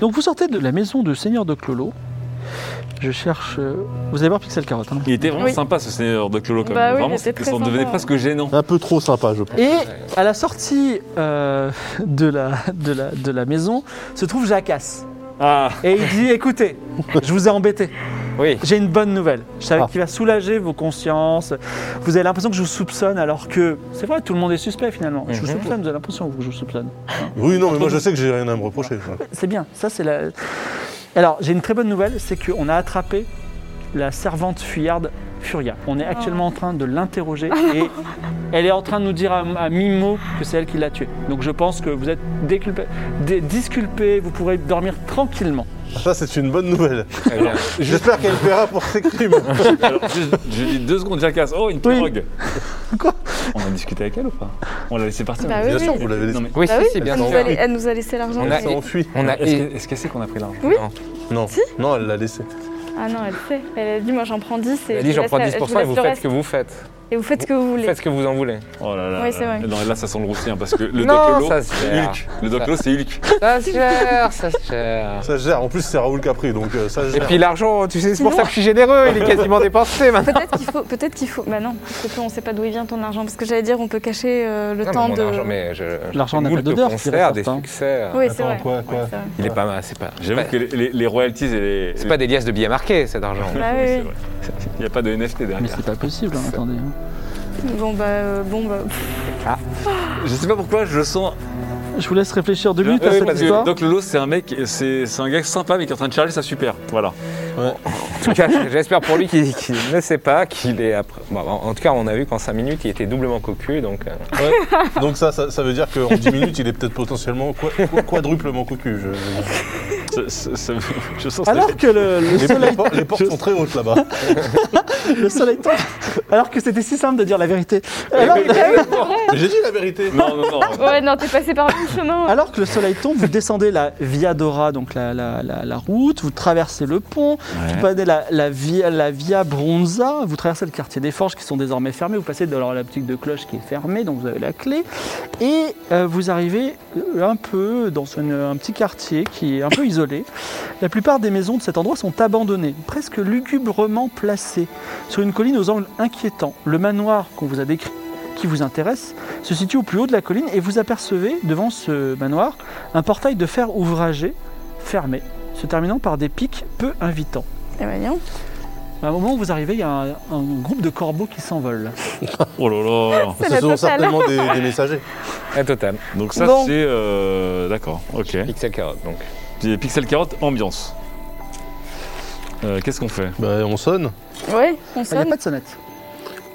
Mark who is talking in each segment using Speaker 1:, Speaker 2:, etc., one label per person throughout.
Speaker 1: Donc vous sortez de la maison de Seigneur de Clolo. Je cherche. euh, Vous allez voir Pixel Carotte. hein.
Speaker 2: Il était vraiment
Speaker 3: Oui.
Speaker 2: sympa ce seigneur de Clolo quand
Speaker 3: Bah
Speaker 2: même.
Speaker 3: oui,
Speaker 2: vraiment,
Speaker 3: il était
Speaker 2: c'était-
Speaker 3: très
Speaker 2: ça en devenait
Speaker 3: sympa.
Speaker 2: presque gênant.
Speaker 4: Un peu trop sympa, je pense.
Speaker 1: Et à la sortie euh, de, la, de, la, de la maison se trouve Jacasse.
Speaker 2: Ah
Speaker 1: Et il dit écoutez, je vous ai embêté.
Speaker 2: oui.
Speaker 1: J'ai une bonne nouvelle. Je savais
Speaker 4: Ah.
Speaker 1: qu'il va soulager vos consciences. Vous avez l'impression que je vous soupçonne alors que c'est vrai, tout le monde est suspect finalement. Je vous
Speaker 2: Mhm.
Speaker 1: soupçonne, vous avez l'impression que je vous soupçonne.
Speaker 4: Oui, non, mais moi je sais que j'ai rien à me reprocher.
Speaker 1: C'est bien, ça c'est la. Alors, j'ai une très bonne nouvelle, c'est qu'on a attrapé la servante fuyarde Furia. On est actuellement en train de l'interroger et elle est en train de nous dire à, à mi-mot que c'est elle qui l'a tué. Donc je pense que vous êtes déculpé, dé- disculpé, vous pourrez dormir tranquillement.
Speaker 4: Ça, c'est une bonne nouvelle.
Speaker 2: Très bien.
Speaker 4: J'espère qu'elle paiera pour ses crimes.
Speaker 2: Alors, juste, je dis deux secondes, Jackass. Oh, une
Speaker 1: Oui.
Speaker 2: pirogue
Speaker 1: Quoi
Speaker 2: On a discuté avec elle ou pas On l'a laissé partir
Speaker 3: Bah
Speaker 2: on a
Speaker 3: oui,
Speaker 2: dit-
Speaker 4: Bien
Speaker 3: oui.
Speaker 4: sûr, vous l'avez
Speaker 2: Non,
Speaker 4: laissé.
Speaker 2: mais
Speaker 5: Oui,
Speaker 3: Bah
Speaker 5: si,
Speaker 3: oui,
Speaker 5: si, bien
Speaker 3: elle, nous
Speaker 5: sûr.
Speaker 3: a, elle nous a laissé l'argent.
Speaker 5: On a-
Speaker 4: Elle s'est enfuie.
Speaker 5: On a,
Speaker 2: Est-ce que- est-ce qu'elle sait qu'on a pris l'argent
Speaker 3: Oui.
Speaker 5: Non.
Speaker 4: Non,
Speaker 3: Si.
Speaker 4: non, elle l'a laissé.
Speaker 3: Ah non, elle sait. Elle a dit moi j'en prends 10 et
Speaker 5: Elle dit
Speaker 3: je
Speaker 5: j'en
Speaker 3: laisse
Speaker 5: prends
Speaker 3: la-
Speaker 5: 10%
Speaker 3: je
Speaker 5: et
Speaker 3: laisse le
Speaker 5: vous faites
Speaker 3: reste.
Speaker 5: ce que vous faites.
Speaker 3: Et vous faites ce que vous voulez.
Speaker 5: Faites ce que vous en voulez.
Speaker 2: Oh là là.
Speaker 3: Oui, c'est vrai.
Speaker 2: Non, là, ça sent le roussi, hein, parce que le
Speaker 5: Non,
Speaker 2: doc Lolo,
Speaker 5: ça se
Speaker 2: c'est
Speaker 5: gère.
Speaker 2: Hulk. Le doc Lolo, c'est Hulk.
Speaker 5: Ça se gère, ça se gère.
Speaker 4: Ça se gère. En plus, c'est Raoul Capri, donc euh, ça se
Speaker 5: Et
Speaker 4: gère.
Speaker 5: puis l'argent, tu sais, c'est pour ça que je suis généreux, il est quasiment dépensé maintenant.
Speaker 3: Peut-être qu'il faut, peut-être qu'il faut. Bah non, parce que toi, on sait pas d'où il vient ton argent, parce que j'allais dire on peut cacher euh, le
Speaker 5: Non, mais
Speaker 3: temps
Speaker 5: mon
Speaker 3: de.
Speaker 5: argent, mais euh, je- je
Speaker 1: L'argent
Speaker 5: fais
Speaker 1: n'a pas
Speaker 5: moult
Speaker 1: d'odeur,
Speaker 5: de
Speaker 1: c'est
Speaker 5: concerts, des
Speaker 1: certain.
Speaker 5: succès.
Speaker 3: Oui, c'est
Speaker 4: Attends,
Speaker 3: vrai.
Speaker 4: quoi, quoi
Speaker 3: Ouais, c'est vrai.
Speaker 5: Il est pas mal, c'est pas.
Speaker 2: J'avoue
Speaker 5: pas-
Speaker 2: que les, les- les royalties et les.
Speaker 5: C'est pas des liasses de billets marqués cet argent.
Speaker 3: Bah
Speaker 2: Oui, c'est
Speaker 3: oui,
Speaker 2: vrai. Il n'y a pas de NFT
Speaker 1: Mais
Speaker 2: derrière.
Speaker 1: c'est pas possible, hein, attendez. hein.
Speaker 3: oui. Bon bah, euh, bon bah. pff,
Speaker 2: Je sais pas pourquoi, je le sens.
Speaker 1: Je vous laisse réfléchir deux minutes à
Speaker 2: Oui,
Speaker 1: cette
Speaker 2: Euh, parce
Speaker 1: histoire.
Speaker 2: que Doc Lolo, c'est un mec, c'est c'est un gars sympa, mais qui est en train de charger sa super. Voilà.
Speaker 5: En tout cas, j'espère pour lui qu'il qu'il ne sait pas qu'il est après. bon, en en tout cas, on a vu qu'en 5 minutes, il était doublement cocu, donc. euh,
Speaker 4: Ouais. Donc ça, ça, ça veut dire qu'en 10 minutes, il est peut-être potentiellement quoi- quoi- quadruplement cocu. je- je-
Speaker 2: Ça- ça- ça- je sens que
Speaker 3: Ah
Speaker 2: ça-
Speaker 1: Alors que le, le
Speaker 4: Les,
Speaker 1: soleil,
Speaker 4: les por- les portes sont très hautes là-bas.
Speaker 1: le soleil tombe, alors que c'était si simple de dire la vérité, alors,
Speaker 4: Mais J'ai dit la vérité.
Speaker 2: Non, non, non.
Speaker 3: Ouais, non, t'es passé par le chemin.
Speaker 5: Ah.
Speaker 1: Alors que le soleil tombe, vous descendez la Via Dora, donc la, la- la- la route, vous traversez le pont, vous passez la, la via, la Via Bronza, vous traversez le quartier des Forges qui sont désormais fermés, vous passez dans la boutique de cloche qui est fermée, donc vous avez la clé, et euh, vous arrivez euh, un peu dans une- un petit quartier qui est un peu isolé. La plupart des maisons de cet endroit sont abandonnées, presque lugubrement placées, sur une colline aux angles inquiétants. Le manoir qu'on vous a décrit, qui vous intéresse, se situe au plus haut de la colline et vous apercevez devant ce manoir un portail de fer ouvragé, fermé, se terminant par des pics peu invitants.
Speaker 3: Eh ben, dis donc.
Speaker 1: À un moment où vous arrivez, il y a un, un groupe de corbeaux qui Ah, s'envolent.
Speaker 2: Oh là là.
Speaker 3: la
Speaker 4: Ce sont
Speaker 3: totale.
Speaker 4: certainement des, des messagers.
Speaker 5: La totale.
Speaker 2: Donc ça,
Speaker 1: Bon.
Speaker 2: c'est... euh, D'accord, ok.
Speaker 5: Pixel carotte, donc.
Speaker 2: Puis Pixel carotte, ambiance. Euh, Qu'est-ce qu'on fait
Speaker 4: Bah, on sonne.
Speaker 3: Ouais,
Speaker 5: Ah,
Speaker 3: on
Speaker 1: Il n'y a
Speaker 3: sonne.
Speaker 1: pas de sonnette.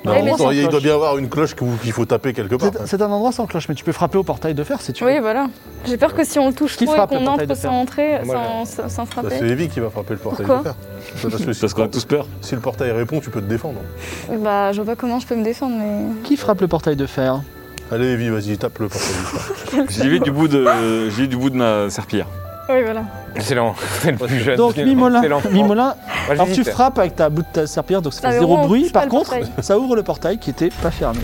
Speaker 4: Bah,
Speaker 3: Ouais,
Speaker 4: on
Speaker 3: mais
Speaker 4: sonne.
Speaker 1: sans
Speaker 4: il doit
Speaker 1: cloche.
Speaker 4: bien y avoir une cloche que vous- qu'il faut taper quelque part.
Speaker 1: C'est- C'est un endroit sans cloche, mais tu peux frapper au portail de fer si tu veux.
Speaker 3: Oui, voilà. J'ai peur que si on le touche
Speaker 1: Qui
Speaker 3: trop et
Speaker 1: frappe le
Speaker 3: qu'on
Speaker 1: portail
Speaker 3: entre
Speaker 1: de
Speaker 3: sans
Speaker 1: fer
Speaker 3: entrer,
Speaker 5: Moi,
Speaker 3: sans, sans- sans
Speaker 4: Bah, c'est
Speaker 3: frapper.
Speaker 4: Evie qui va frapper le portail
Speaker 3: Pourquoi
Speaker 4: de fer. C'est Parce que si,
Speaker 2: Parce qu'on a tous peur.
Speaker 4: si le portail répond, tu peux te défendre.
Speaker 3: Bah, je vois pas comment je peux me défendre, mais.
Speaker 1: Qui frappe le portail de fer
Speaker 4: Allez, Evie, vas-y, tape le portail de fer.
Speaker 2: J'y vais du bout de, j'y vais du bout de ma serpillière.
Speaker 3: Oui, voilà.
Speaker 5: Excellent. C'est le plus jeune.
Speaker 1: Donc
Speaker 5: C'est
Speaker 1: Mimola,
Speaker 5: excellent.
Speaker 1: Mimola
Speaker 5: Moi,
Speaker 1: alors tu
Speaker 5: j'hésite.
Speaker 1: frappes avec ta bout de ta serpillère, donc ça
Speaker 3: Ah,
Speaker 1: fait
Speaker 3: mais
Speaker 1: zéro
Speaker 3: au moins, on
Speaker 1: bruit.
Speaker 3: touche
Speaker 1: Par
Speaker 3: pas le
Speaker 1: contre,
Speaker 3: portail.
Speaker 1: ça ouvre le portail qui était pas fermé.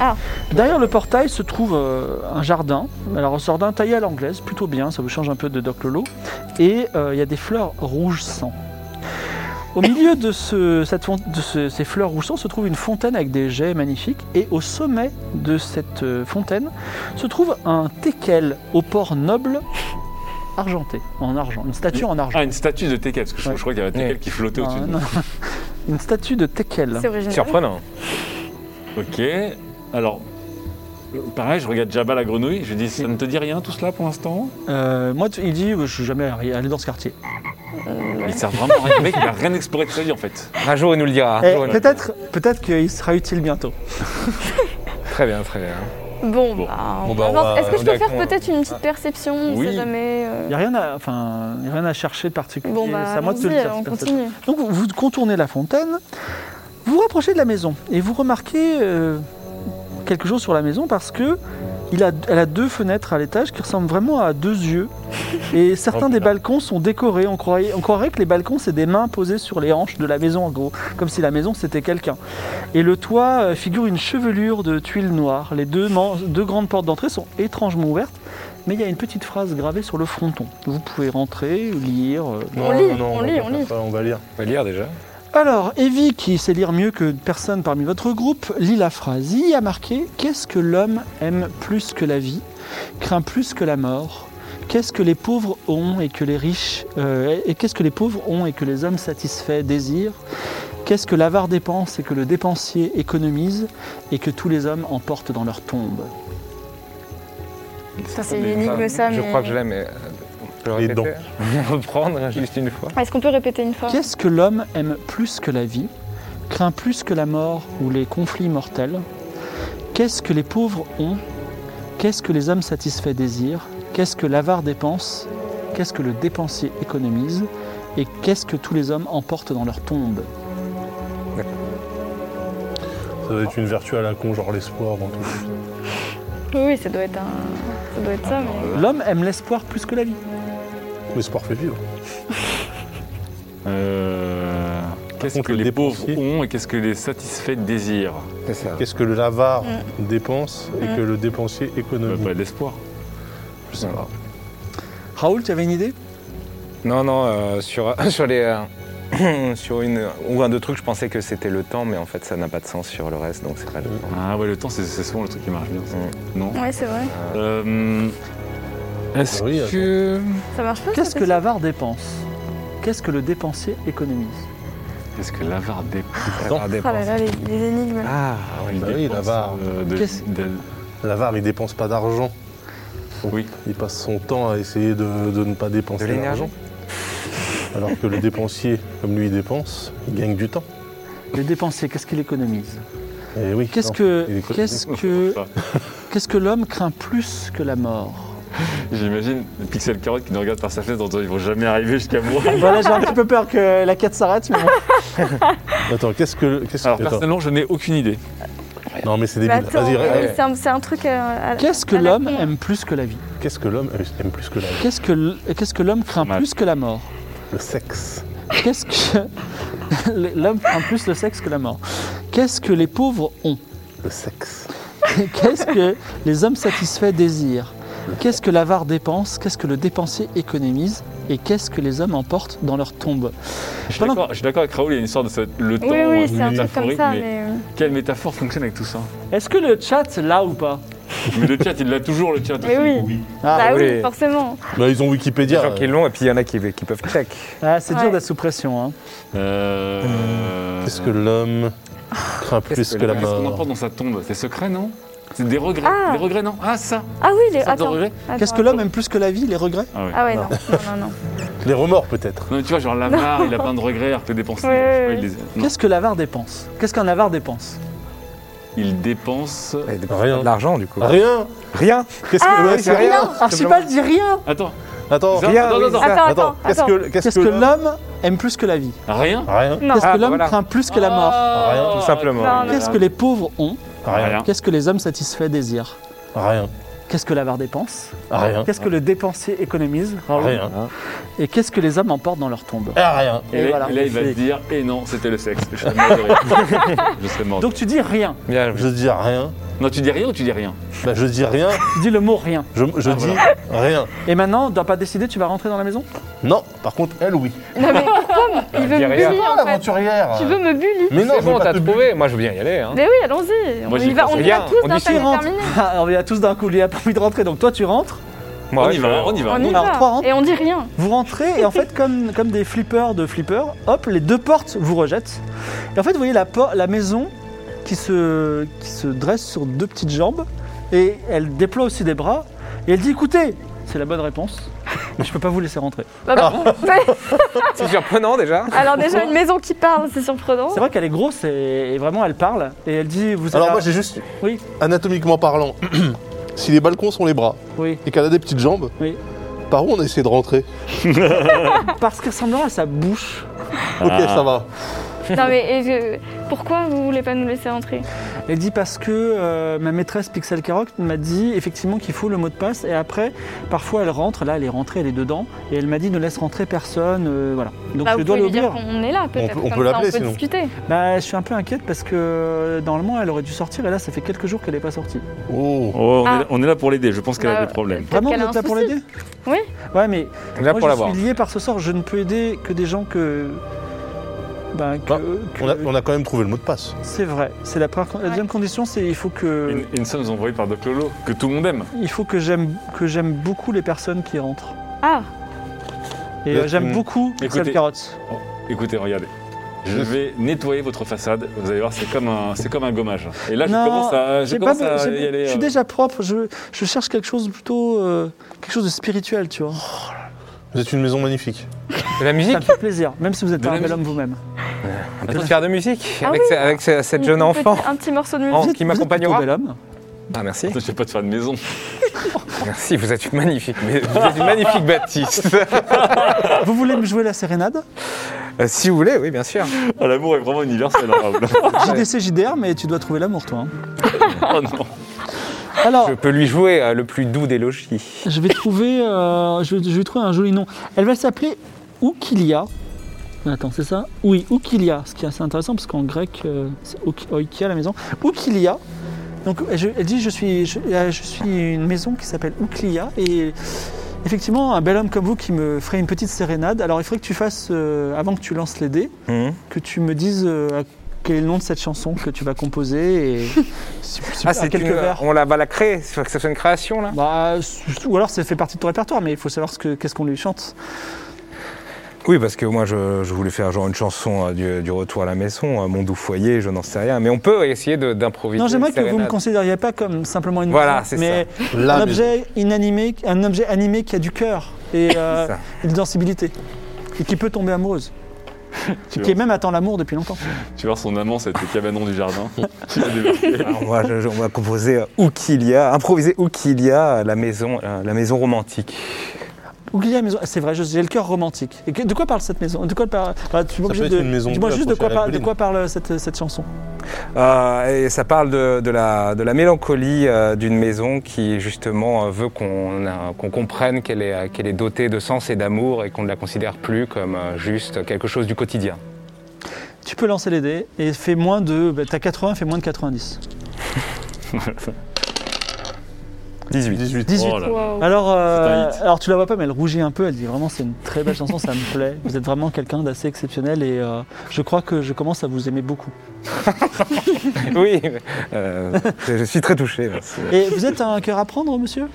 Speaker 3: Ah.
Speaker 1: Derrière le portail se trouve euh, un jardin. Alors un jardin taillé à l'anglaise, plutôt bien, ça vous change un peu de Doc Lolo. Et euh, il y a des fleurs rouges sang. Au milieu de, ce- cette fon- de ce- ces fleurs rouges sang se trouve une fontaine avec des jets magnifiques. Et au sommet de cette euh, fontaine se trouve un teckel au port noble argenté, en argent, une statue en argent.
Speaker 2: Ah, une statue de Tekel, parce que je,
Speaker 1: Ouais. Ah,
Speaker 2: je crois qu'il y avait Tekel qui flottait
Speaker 1: Non,
Speaker 2: au-dessus. de nous.
Speaker 1: non. Une statue de Tekel.
Speaker 3: C'est original.
Speaker 5: Surprenant.
Speaker 2: Ok. Alors, euh, pareil, je regarde Jabba la grenouille. Je dis, ça ne te dit rien tout cela pour l'instant
Speaker 1: Euh, moi, tu- il dit, euh, je suis jamais arri- allé dans ce quartier.
Speaker 2: Il sert vraiment à rien. Le mec, il a rien exploré de sa vie en fait.
Speaker 5: Un jour, il nous le dira. Un
Speaker 1: Eh,
Speaker 5: jour, il nous le
Speaker 1: peut-être, peut-être qu'il sera utile bientôt.
Speaker 5: dira. Très bien, très bien.
Speaker 3: Bon,
Speaker 2: Bon.
Speaker 3: bah, on
Speaker 4: Bon, bah,
Speaker 3: va
Speaker 4: on
Speaker 3: voir.
Speaker 4: va-
Speaker 3: Est-ce que je peux faire
Speaker 5: d'accord.
Speaker 3: peut-être une petite perception On
Speaker 2: Oui.
Speaker 3: sait jamais. euh,
Speaker 1: Il n'y a rien à, enfin, y a rien à chercher de particulier.
Speaker 3: Bon, bah,
Speaker 1: c'est à moi de te le
Speaker 3: allons-y,
Speaker 1: dire.
Speaker 3: on
Speaker 1: cette personne.
Speaker 3: continue.
Speaker 1: Donc vous- vous contournez la fontaine, vous vous rapprochez de la maison et vous remarquez euh, quelque chose sur la maison parce que il a, elle a deux fenêtres à l'étage qui ressemblent vraiment à deux yeux. Et certains
Speaker 4: Oh,
Speaker 1: des
Speaker 4: putain.
Speaker 1: balcons sont décorés. On croirait, on croirait que les balcons, c'est des mains posées sur les hanches de la maison, en gros. Comme si la maison, c'était quelqu'un. Et le toit euh, figure une chevelure de tuiles noires. Les deux, man- deux grandes portes d'entrée sont étrangement ouvertes. Mais il y a une petite phrase gravée sur le fronton. Vous pouvez rentrer, lire. euh,
Speaker 3: On lit, on
Speaker 4: va
Speaker 3: lit,
Speaker 4: pas
Speaker 3: on
Speaker 4: faire
Speaker 3: lit.
Speaker 4: ça, on va lire.
Speaker 5: On va lire déjà.
Speaker 1: Alors, Evie, qui sait lire mieux que personne parmi votre groupe, lit la phrase. Il y a marqué Qu'est-ce que l'homme aime plus que la vie, craint plus que la mort Qu'est-ce que les pauvres ont et que les riches euh, et qu'est-ce que les pauvres ont et que les hommes satisfaits désirent Qu'est-ce que l'avare dépense et que le dépensier économise et que tous les hommes emportent dans leur tombe
Speaker 3: Putain, c'est
Speaker 5: Mais-
Speaker 3: une énigme ça,
Speaker 5: Je
Speaker 3: mais-
Speaker 5: crois que je l'aime. mais, euh, on peut le
Speaker 4: Les
Speaker 5: répéter On peut reprendre juste une fois.
Speaker 3: Est-ce qu'on peut répéter une fois
Speaker 1: Qu'est-ce que l'homme aime plus que la vie Craint plus que la mort ou les conflits mortels Qu'est-ce que les pauvres ont Qu'est-ce que les hommes satisfaits désirent Qu'est-ce que l'avare dépense Qu'est-ce que le dépensier économise Et qu'est-ce que tous les hommes emportent dans leur tombe
Speaker 4: Ça doit être une vertu à la con, genre l'espoir dans tout.
Speaker 3: Oui, oui, ça doit être un. Ça doit être ça, mais.
Speaker 1: L'homme aime l'espoir plus que la vie.
Speaker 4: L'espoir fait vivre.
Speaker 2: Euh, Qu'est-ce
Speaker 4: contre,
Speaker 2: que
Speaker 4: le
Speaker 2: les pauvres
Speaker 4: dépensier.
Speaker 2: ont et qu'est-ce que les satisfaits désirent
Speaker 5: C'est ça.
Speaker 4: Qu'est-ce que le l'avare dépense et que le dépensier
Speaker 2: Bah,
Speaker 4: économise
Speaker 2: Pas de l'espoir.
Speaker 4: Je sais pas.
Speaker 1: Raoul, tu avais une idée
Speaker 5: Non, non, euh, sur, sur les. euh, sur une. Ou un, deux trucs, je pensais que c'était le temps, mais en fait, ça n'a pas de sens sur le reste, donc c'est pas le temps.
Speaker 2: Ah ouais, le temps, c'est c'est souvent le truc qui marche bien. ça. Non
Speaker 3: Ouais, c'est vrai.
Speaker 2: Euh, Est-ce
Speaker 4: Ah Oui, euh, attends.
Speaker 2: que.
Speaker 3: Ça marche pas
Speaker 1: Qu'est-ce
Speaker 3: ça,
Speaker 1: que l'avare dépense Qu'est-ce que le dépensier économise
Speaker 2: Est-ce que l'avare des.
Speaker 5: L'avare
Speaker 3: Ah là
Speaker 5: dépense.
Speaker 3: là, les, les énigmes. là.
Speaker 5: Ah, oui.
Speaker 4: Bah oui, l'avare.
Speaker 2: euh, de-
Speaker 1: Qu'est-ce-
Speaker 2: de-
Speaker 4: L'avare, il dépense pas d'argent. Donc,
Speaker 2: Oui.
Speaker 4: Il passe son temps à essayer de, de ne pas
Speaker 5: De
Speaker 4: dépenser
Speaker 5: l'énergie
Speaker 4: l'argent. Alors que le dépensier, comme lui, il dépense, il gagne du temps.
Speaker 1: Le dépensier, qu'est-ce qu'il économise
Speaker 4: Et oui.
Speaker 1: Qu'est-ce
Speaker 4: non, il
Speaker 1: que,
Speaker 4: économise.
Speaker 1: qu'est-ce que,
Speaker 2: Ça.
Speaker 1: qu'est-ce que l'homme craint plus que la mort
Speaker 2: J'imagine Pixel Carotte qui nous regarde par sa fenêtre en disant ils vont jamais arriver jusqu'à moi.
Speaker 1: Voilà, j'ai un petit peu peur que la quête s'arrête, mais bon.
Speaker 4: Attends, qu'est-ce que. qu'est-ce que-
Speaker 2: Alors
Speaker 4: attends.
Speaker 2: personnellement, je n'ai aucune idée.
Speaker 4: Non, mais c'est
Speaker 3: Mais
Speaker 4: débile.
Speaker 3: Bah, attends,
Speaker 4: Vas-y,
Speaker 3: mais
Speaker 4: ré-
Speaker 3: c'est un, c'est un truc à. à-
Speaker 1: Qu'est-ce que
Speaker 3: à Ah, la
Speaker 1: l'homme
Speaker 3: con.
Speaker 1: aime plus que la vie
Speaker 4: qu'est-ce que l'homme aime plus que la vie
Speaker 1: Qu'est-ce que l- qu'est-ce que l'homme craint
Speaker 2: Mal.
Speaker 1: plus que la mort
Speaker 4: Le sexe.
Speaker 1: Qu'est-ce que l'homme craint plus le sexe que la mort Qu'est-ce que les pauvres ont
Speaker 4: Le sexe.
Speaker 1: Qu'est-ce que les hommes satisfaits désirent Qu'est-ce que l'avare dépense Qu'est-ce que le dépensier économise Et qu'est-ce que les hommes emportent dans leur tombe
Speaker 2: Je suis
Speaker 1: Pendant-
Speaker 2: d'accord- je suis d'accord avec Raoul, il y a une histoire de ce- le temps euh,
Speaker 3: Oui, oui, c'est un truc comme
Speaker 2: métaphorique,
Speaker 3: ça,
Speaker 2: mais,
Speaker 3: mais. euh,
Speaker 2: quelle métaphore fonctionne avec tout ça
Speaker 1: Est-ce que le chat là ou pas
Speaker 2: Mais le chat, il l'a toujours, le chat.
Speaker 3: Mais oui.
Speaker 1: Ah,
Speaker 3: Bah oui,
Speaker 5: oui.
Speaker 3: forcément.
Speaker 4: Bah, ils ont
Speaker 5: Les
Speaker 4: Wikipédia.
Speaker 5: gens qui l'ont, et puis il y en a qui, qui peuvent check.
Speaker 1: Ah, C'est
Speaker 3: Ouais.
Speaker 1: dur d'être sous pression. hein.
Speaker 2: Euh...
Speaker 4: Qu'est-ce que l'homme craint plus
Speaker 5: Qu'est-ce
Speaker 4: que,
Speaker 5: que
Speaker 4: la
Speaker 5: l'homme-
Speaker 2: Qu'est-ce qu'on
Speaker 4: mort
Speaker 2: emporte dans sa tombe C'est secret, non C'est des regrets.
Speaker 3: Ah.
Speaker 2: Des regrets, non Ah, ça
Speaker 3: Ah oui, les.
Speaker 2: Ça, des
Speaker 3: Attends.
Speaker 2: regrets
Speaker 3: Ah, attends,
Speaker 1: Qu'est-ce que l'homme aime plus que la vie Les regrets
Speaker 2: Ah ouais.
Speaker 3: Ah ouais, non, non, non. non.
Speaker 4: Les remords, peut-être.
Speaker 2: Non, mais tu vois, genre l'avare, il a plein de regrets alors que dépenser.
Speaker 3: Ouais,
Speaker 2: je sais pas,
Speaker 3: ouais,
Speaker 2: il, les- non.
Speaker 1: Qu'est-ce que l'avare dépense Qu'est-ce qu'un avare dépense
Speaker 2: il dépense.
Speaker 5: Et de-
Speaker 4: Rien.
Speaker 5: de l'argent, du coup.
Speaker 4: Rien
Speaker 5: Rien Ah,
Speaker 4: Qu'est-ce que. ouais, c'est rien
Speaker 1: Archibald dit rien
Speaker 2: Attends,
Speaker 4: Attends,
Speaker 2: Rien.
Speaker 5: Rien,
Speaker 2: Attends,
Speaker 5: oui,
Speaker 2: attends,
Speaker 5: ça.
Speaker 3: Attends, attends,
Speaker 4: Qu'est-ce
Speaker 3: attends.
Speaker 4: que.
Speaker 1: Qu'est-ce que l'homme aime plus que la vie
Speaker 2: rien
Speaker 4: Rien.
Speaker 3: Non.
Speaker 1: Qu'est-ce
Speaker 5: Ah,
Speaker 1: que
Speaker 5: bah
Speaker 1: l'homme
Speaker 5: voilà.
Speaker 1: craint plus que la mort
Speaker 2: Ah,
Speaker 4: Rien,
Speaker 5: Tout simplement.
Speaker 3: Non, non.
Speaker 1: Qu'est-ce que les pauvres ont
Speaker 4: Rien.
Speaker 2: Rien.
Speaker 1: Qu'est-ce que les hommes satisfaits désirent
Speaker 4: Rien.
Speaker 1: Qu'est-ce que l'avare dépense
Speaker 4: Rien.
Speaker 1: Qu'est-ce que le dépensier économise
Speaker 4: Rien.
Speaker 1: Hein
Speaker 4: Ah,
Speaker 1: Et qu'est-ce que les hommes emportent dans leur tombe
Speaker 4: Rien.
Speaker 2: Et,
Speaker 1: Et
Speaker 2: là,
Speaker 1: voilà.
Speaker 2: et là, il va te
Speaker 1: C'est-
Speaker 2: dire, et non, c'était le sexe. Je serais mort. je serais mort.
Speaker 1: Donc tu dis rien,
Speaker 5: Bien joué.
Speaker 4: Je dis rien.
Speaker 2: non, tu dis rien ou tu dis rien
Speaker 4: Bah, je dis rien.
Speaker 1: tu dis le mot rien.
Speaker 4: Je, je dis rien.
Speaker 1: Et maintenant, tu dois pas décider, tu vas rentrer dans la maison
Speaker 4: Non, par contre, elle, oui.
Speaker 3: Non, mais Tom, il veut
Speaker 5: dis
Speaker 3: me
Speaker 5: rien.
Speaker 3: bully
Speaker 4: Ah,
Speaker 3: en fait.
Speaker 4: l'aventurière
Speaker 3: Tu veux me bully
Speaker 4: Mais non,
Speaker 5: C'est
Speaker 4: je veux
Speaker 5: bon,
Speaker 4: pas
Speaker 5: t'as
Speaker 4: te
Speaker 5: trouvé. Moi, je veux bien y aller. hein.
Speaker 3: Mais oui, allons-y.
Speaker 2: Moi,
Speaker 3: On
Speaker 2: j'y
Speaker 3: y va,
Speaker 2: pense
Speaker 3: on y
Speaker 5: rien.
Speaker 3: va tous
Speaker 5: On
Speaker 3: d'un
Speaker 5: dit si,
Speaker 3: palier
Speaker 1: rentre.
Speaker 3: terminé.
Speaker 1: Ah, On y a tous d'un coup, lui a pas envie de rentrer, donc toi tu rentres,
Speaker 5: Moi,
Speaker 2: On y
Speaker 5: je-
Speaker 2: va, Bah, on y va.
Speaker 3: On y
Speaker 1: Alors,
Speaker 3: va.
Speaker 1: trois rentres.
Speaker 3: Et on dit rien.
Speaker 1: vous rentrez et en fait comme, comme des flippers de flippers, hop, les deux portes vous rejettent. Et en fait vous voyez la, por- la maison qui se, qui se dresse sur deux petites jambes et elle déploie aussi des bras et elle dit écoutez, c'est la bonne réponse. Je peux pas vous laisser rentrer.
Speaker 3: Bah, bah,
Speaker 5: C'est surprenant déjà.
Speaker 3: Alors déjà une maison qui parle, c'est surprenant.
Speaker 1: C'est vrai qu'elle est grosse et, et vraiment elle parle et elle dit vous avez
Speaker 4: Alors
Speaker 1: un-
Speaker 4: moi j'ai juste,
Speaker 1: Oui.
Speaker 4: anatomiquement parlant, si les balcons sont les bras
Speaker 1: oui
Speaker 4: et qu'elle a des petites jambes,
Speaker 1: Oui.
Speaker 4: par où on a essayé de rentrer
Speaker 1: parce qu'elle ressemble à sa bouche.
Speaker 4: Ok, ça va.
Speaker 3: Non mais et je- pourquoi vous voulez pas nous laisser entrer
Speaker 1: Elle dit parce que euh, ma maîtresse Pixel Caroc m'a dit effectivement qu'il faut le mot de passe et après parfois elle rentre là elle est rentrée elle est dedans et elle m'a dit ne laisse rentrer personne euh, voilà donc
Speaker 3: Bah,
Speaker 1: je
Speaker 3: vous
Speaker 1: dois
Speaker 3: pouvez lui dire
Speaker 1: l'ouvrir.
Speaker 3: qu'on est là peut-être.
Speaker 4: peut- on
Speaker 3: comme
Speaker 4: peut
Speaker 3: ça,
Speaker 4: l'appeler,
Speaker 3: on peut
Speaker 4: sinon.
Speaker 3: discuter.
Speaker 1: Bah je suis un peu inquiète parce que euh, normalement elle aurait dû sortir et là ça fait quelques jours qu'elle n'est pas sortie.
Speaker 4: Oh.
Speaker 2: Oh, on,
Speaker 3: Ah.
Speaker 2: est, on est là pour l'aider, je pense qu'elle
Speaker 3: Bah,
Speaker 2: a des problèmes.
Speaker 3: peut-être
Speaker 1: Vraiment
Speaker 3: qu'elle
Speaker 1: vous
Speaker 3: a
Speaker 1: êtes
Speaker 3: un
Speaker 1: là pour
Speaker 3: souci.
Speaker 1: l'aider
Speaker 3: Oui.
Speaker 1: Ouais mais moi,
Speaker 5: Là pour
Speaker 1: je
Speaker 5: l'avoir.
Speaker 1: suis lié par ce sort je ne peux aider que des gens que. Bah, que,
Speaker 4: Bah,
Speaker 1: que-
Speaker 4: On a, on a quand même trouvé le mot de passe.
Speaker 1: C'est vrai, c'est la première. con- La deuxième condition, c'est il faut que
Speaker 2: Une, une somme envoyée par Doc Lolo, que tout le monde aime.
Speaker 1: il faut que j'aime que j'aime beaucoup les personnes qui rentrent.
Speaker 3: Ah,
Speaker 1: Et
Speaker 4: Là,
Speaker 1: euh, j'aime
Speaker 4: tu-
Speaker 1: beaucoup
Speaker 2: Mm. Écoutez. euh,
Speaker 1: Pixel Carottes.
Speaker 2: Écoutez, regardez. Je vais nettoyer votre façade. Vous allez voir, c'est comme un, c'est comme un gommage. Et là, je
Speaker 1: Non,
Speaker 2: commence à, je
Speaker 1: J'ai
Speaker 2: commence
Speaker 1: pas-
Speaker 2: à
Speaker 1: j'ai-
Speaker 2: y aller.
Speaker 1: je suis
Speaker 2: euh,
Speaker 1: déjà propre. Je, je cherche quelque chose plutôt euh, quelque chose de spirituel, tu vois.
Speaker 4: Vous êtes une maison magnifique.
Speaker 5: De la musique
Speaker 1: Ça me fait plaisir, même si vous êtes
Speaker 2: De
Speaker 1: pas un
Speaker 2: la
Speaker 1: bel homme vous-même.
Speaker 5: Un petit faire de musique
Speaker 3: Ah
Speaker 5: avec,
Speaker 3: oui.
Speaker 5: ce- avec ce- cette
Speaker 3: une-
Speaker 5: jeune
Speaker 3: une
Speaker 5: enfant.
Speaker 3: petite- Un petit morceau de
Speaker 5: Oh,
Speaker 3: musique.
Speaker 5: qui
Speaker 1: Vous êtes plutôt
Speaker 5: m'accompagnera.
Speaker 1: bel homme.
Speaker 5: Ah, merci.
Speaker 2: Je vais pas te faire de maison.
Speaker 5: Merci, vous êtes une magnifique, mais- vous êtes une magnifique bâtisse.
Speaker 1: Vous voulez me jouer la sérénade
Speaker 5: Euh, si vous voulez, oui, bien sûr.
Speaker 2: Ah, L'amour est vraiment universel. hein, Raoul.
Speaker 1: JDC JDR, mais tu dois trouver l'amour, toi. hein.
Speaker 2: Oh non.
Speaker 1: Alors,
Speaker 5: Je peux lui jouer euh, le plus doux des logis.
Speaker 1: je vais trouver, euh, je, vais, je vais trouver un joli nom. Elle va s'appeler Oukilia. Attends, c'est ça Oui, Oukilia, ce qui est assez intéressant parce qu'en grec, euh, c'est Ouk- Oikia la maison. Oukilia. Donc je- elle dit je suis, je, euh, je suis une maison qui s'appelle Ouklia et effectivement un bel homme comme vous qui me ferait une petite sérénade. Alors il faudrait que tu fasses euh, avant que tu lances les dés,
Speaker 5: Mhm.
Speaker 1: que tu me dises euh, à- quel est le nom de cette chanson que tu vas composer et si- si- à
Speaker 5: Ah, c'est
Speaker 1: quelques
Speaker 5: une-
Speaker 1: vers.
Speaker 5: On la va la créer. Faut que ça soit une création là.
Speaker 1: Bah, ou alors ça fait partie de ton répertoire, mais il faut savoir ce que- qu'est-ce qu'on lui chante.
Speaker 5: Oui, parce que moi, je, je voulais faire genre une chanson euh, du, du retour à la maison, euh, mon doux foyer, je n'en sais rien. Mais on peut essayer de- d'improviser.
Speaker 1: Non, j'aimerais
Speaker 5: une
Speaker 1: que vous me
Speaker 5: sérénade.
Speaker 1: considériez pas comme simplement une
Speaker 5: Voilà,
Speaker 1: maison,
Speaker 5: c'est
Speaker 1: mais un
Speaker 4: La maison.
Speaker 1: objet inanimé, un objet animé qui a du cœur et euh,
Speaker 5: ça.
Speaker 1: une sensibilité et qui peut tomber amoureuse.
Speaker 2: Tu
Speaker 1: Qui
Speaker 2: vois,
Speaker 1: même attend l'amour depuis longtemps.
Speaker 2: tu vois, son amant, c'était Cabanon du Jardin. Il a débarqué.
Speaker 5: Alors, on, va, je- je- on va composer euh, Oukilia, improviser Oukilia, euh, la maison, euh, la maison romantique.
Speaker 1: Oubliez la maison. ah, C'est vrai, je- j'ai le cœur romantique. Et que- de quoi parle cette maison De quoi parle enfin, Tu m'es
Speaker 4: Ça
Speaker 1: obligé
Speaker 4: peut être
Speaker 1: de.
Speaker 4: une maison
Speaker 1: Dis-moi
Speaker 4: bleue
Speaker 1: juste de quoi,
Speaker 4: accrochée à la
Speaker 1: parle, de
Speaker 4: colline.
Speaker 1: quoi parle cette, cette chanson.
Speaker 5: Euh, et ça parle de, de la, de la mélancolie euh, d'une maison qui justement euh, veut qu'on euh, qu'on comprenne qu'elle est, euh, qu'elle est dotée de sens et d'amour et qu'on ne la considère plus comme euh, juste quelque chose du quotidien.
Speaker 1: Tu peux lancer les dés et fais moins de. bah, T'as 80, fais moins de 90.
Speaker 5: 18.
Speaker 4: 18.
Speaker 1: 18.
Speaker 2: Oh là.
Speaker 3: Wow.
Speaker 1: Alors, euh,
Speaker 2: C'est un hit.
Speaker 1: alors tu la vois pas, mais elle rougit un peu. Elle dit vraiment, c'est une très belle chanson, ça me plaît. Vous êtes vraiment quelqu'un d'assez exceptionnel et euh, je crois que je commence à vous aimer beaucoup.
Speaker 5: oui, euh, je suis très touché. merci.
Speaker 1: Et vous êtes un cœur à prendre, monsieur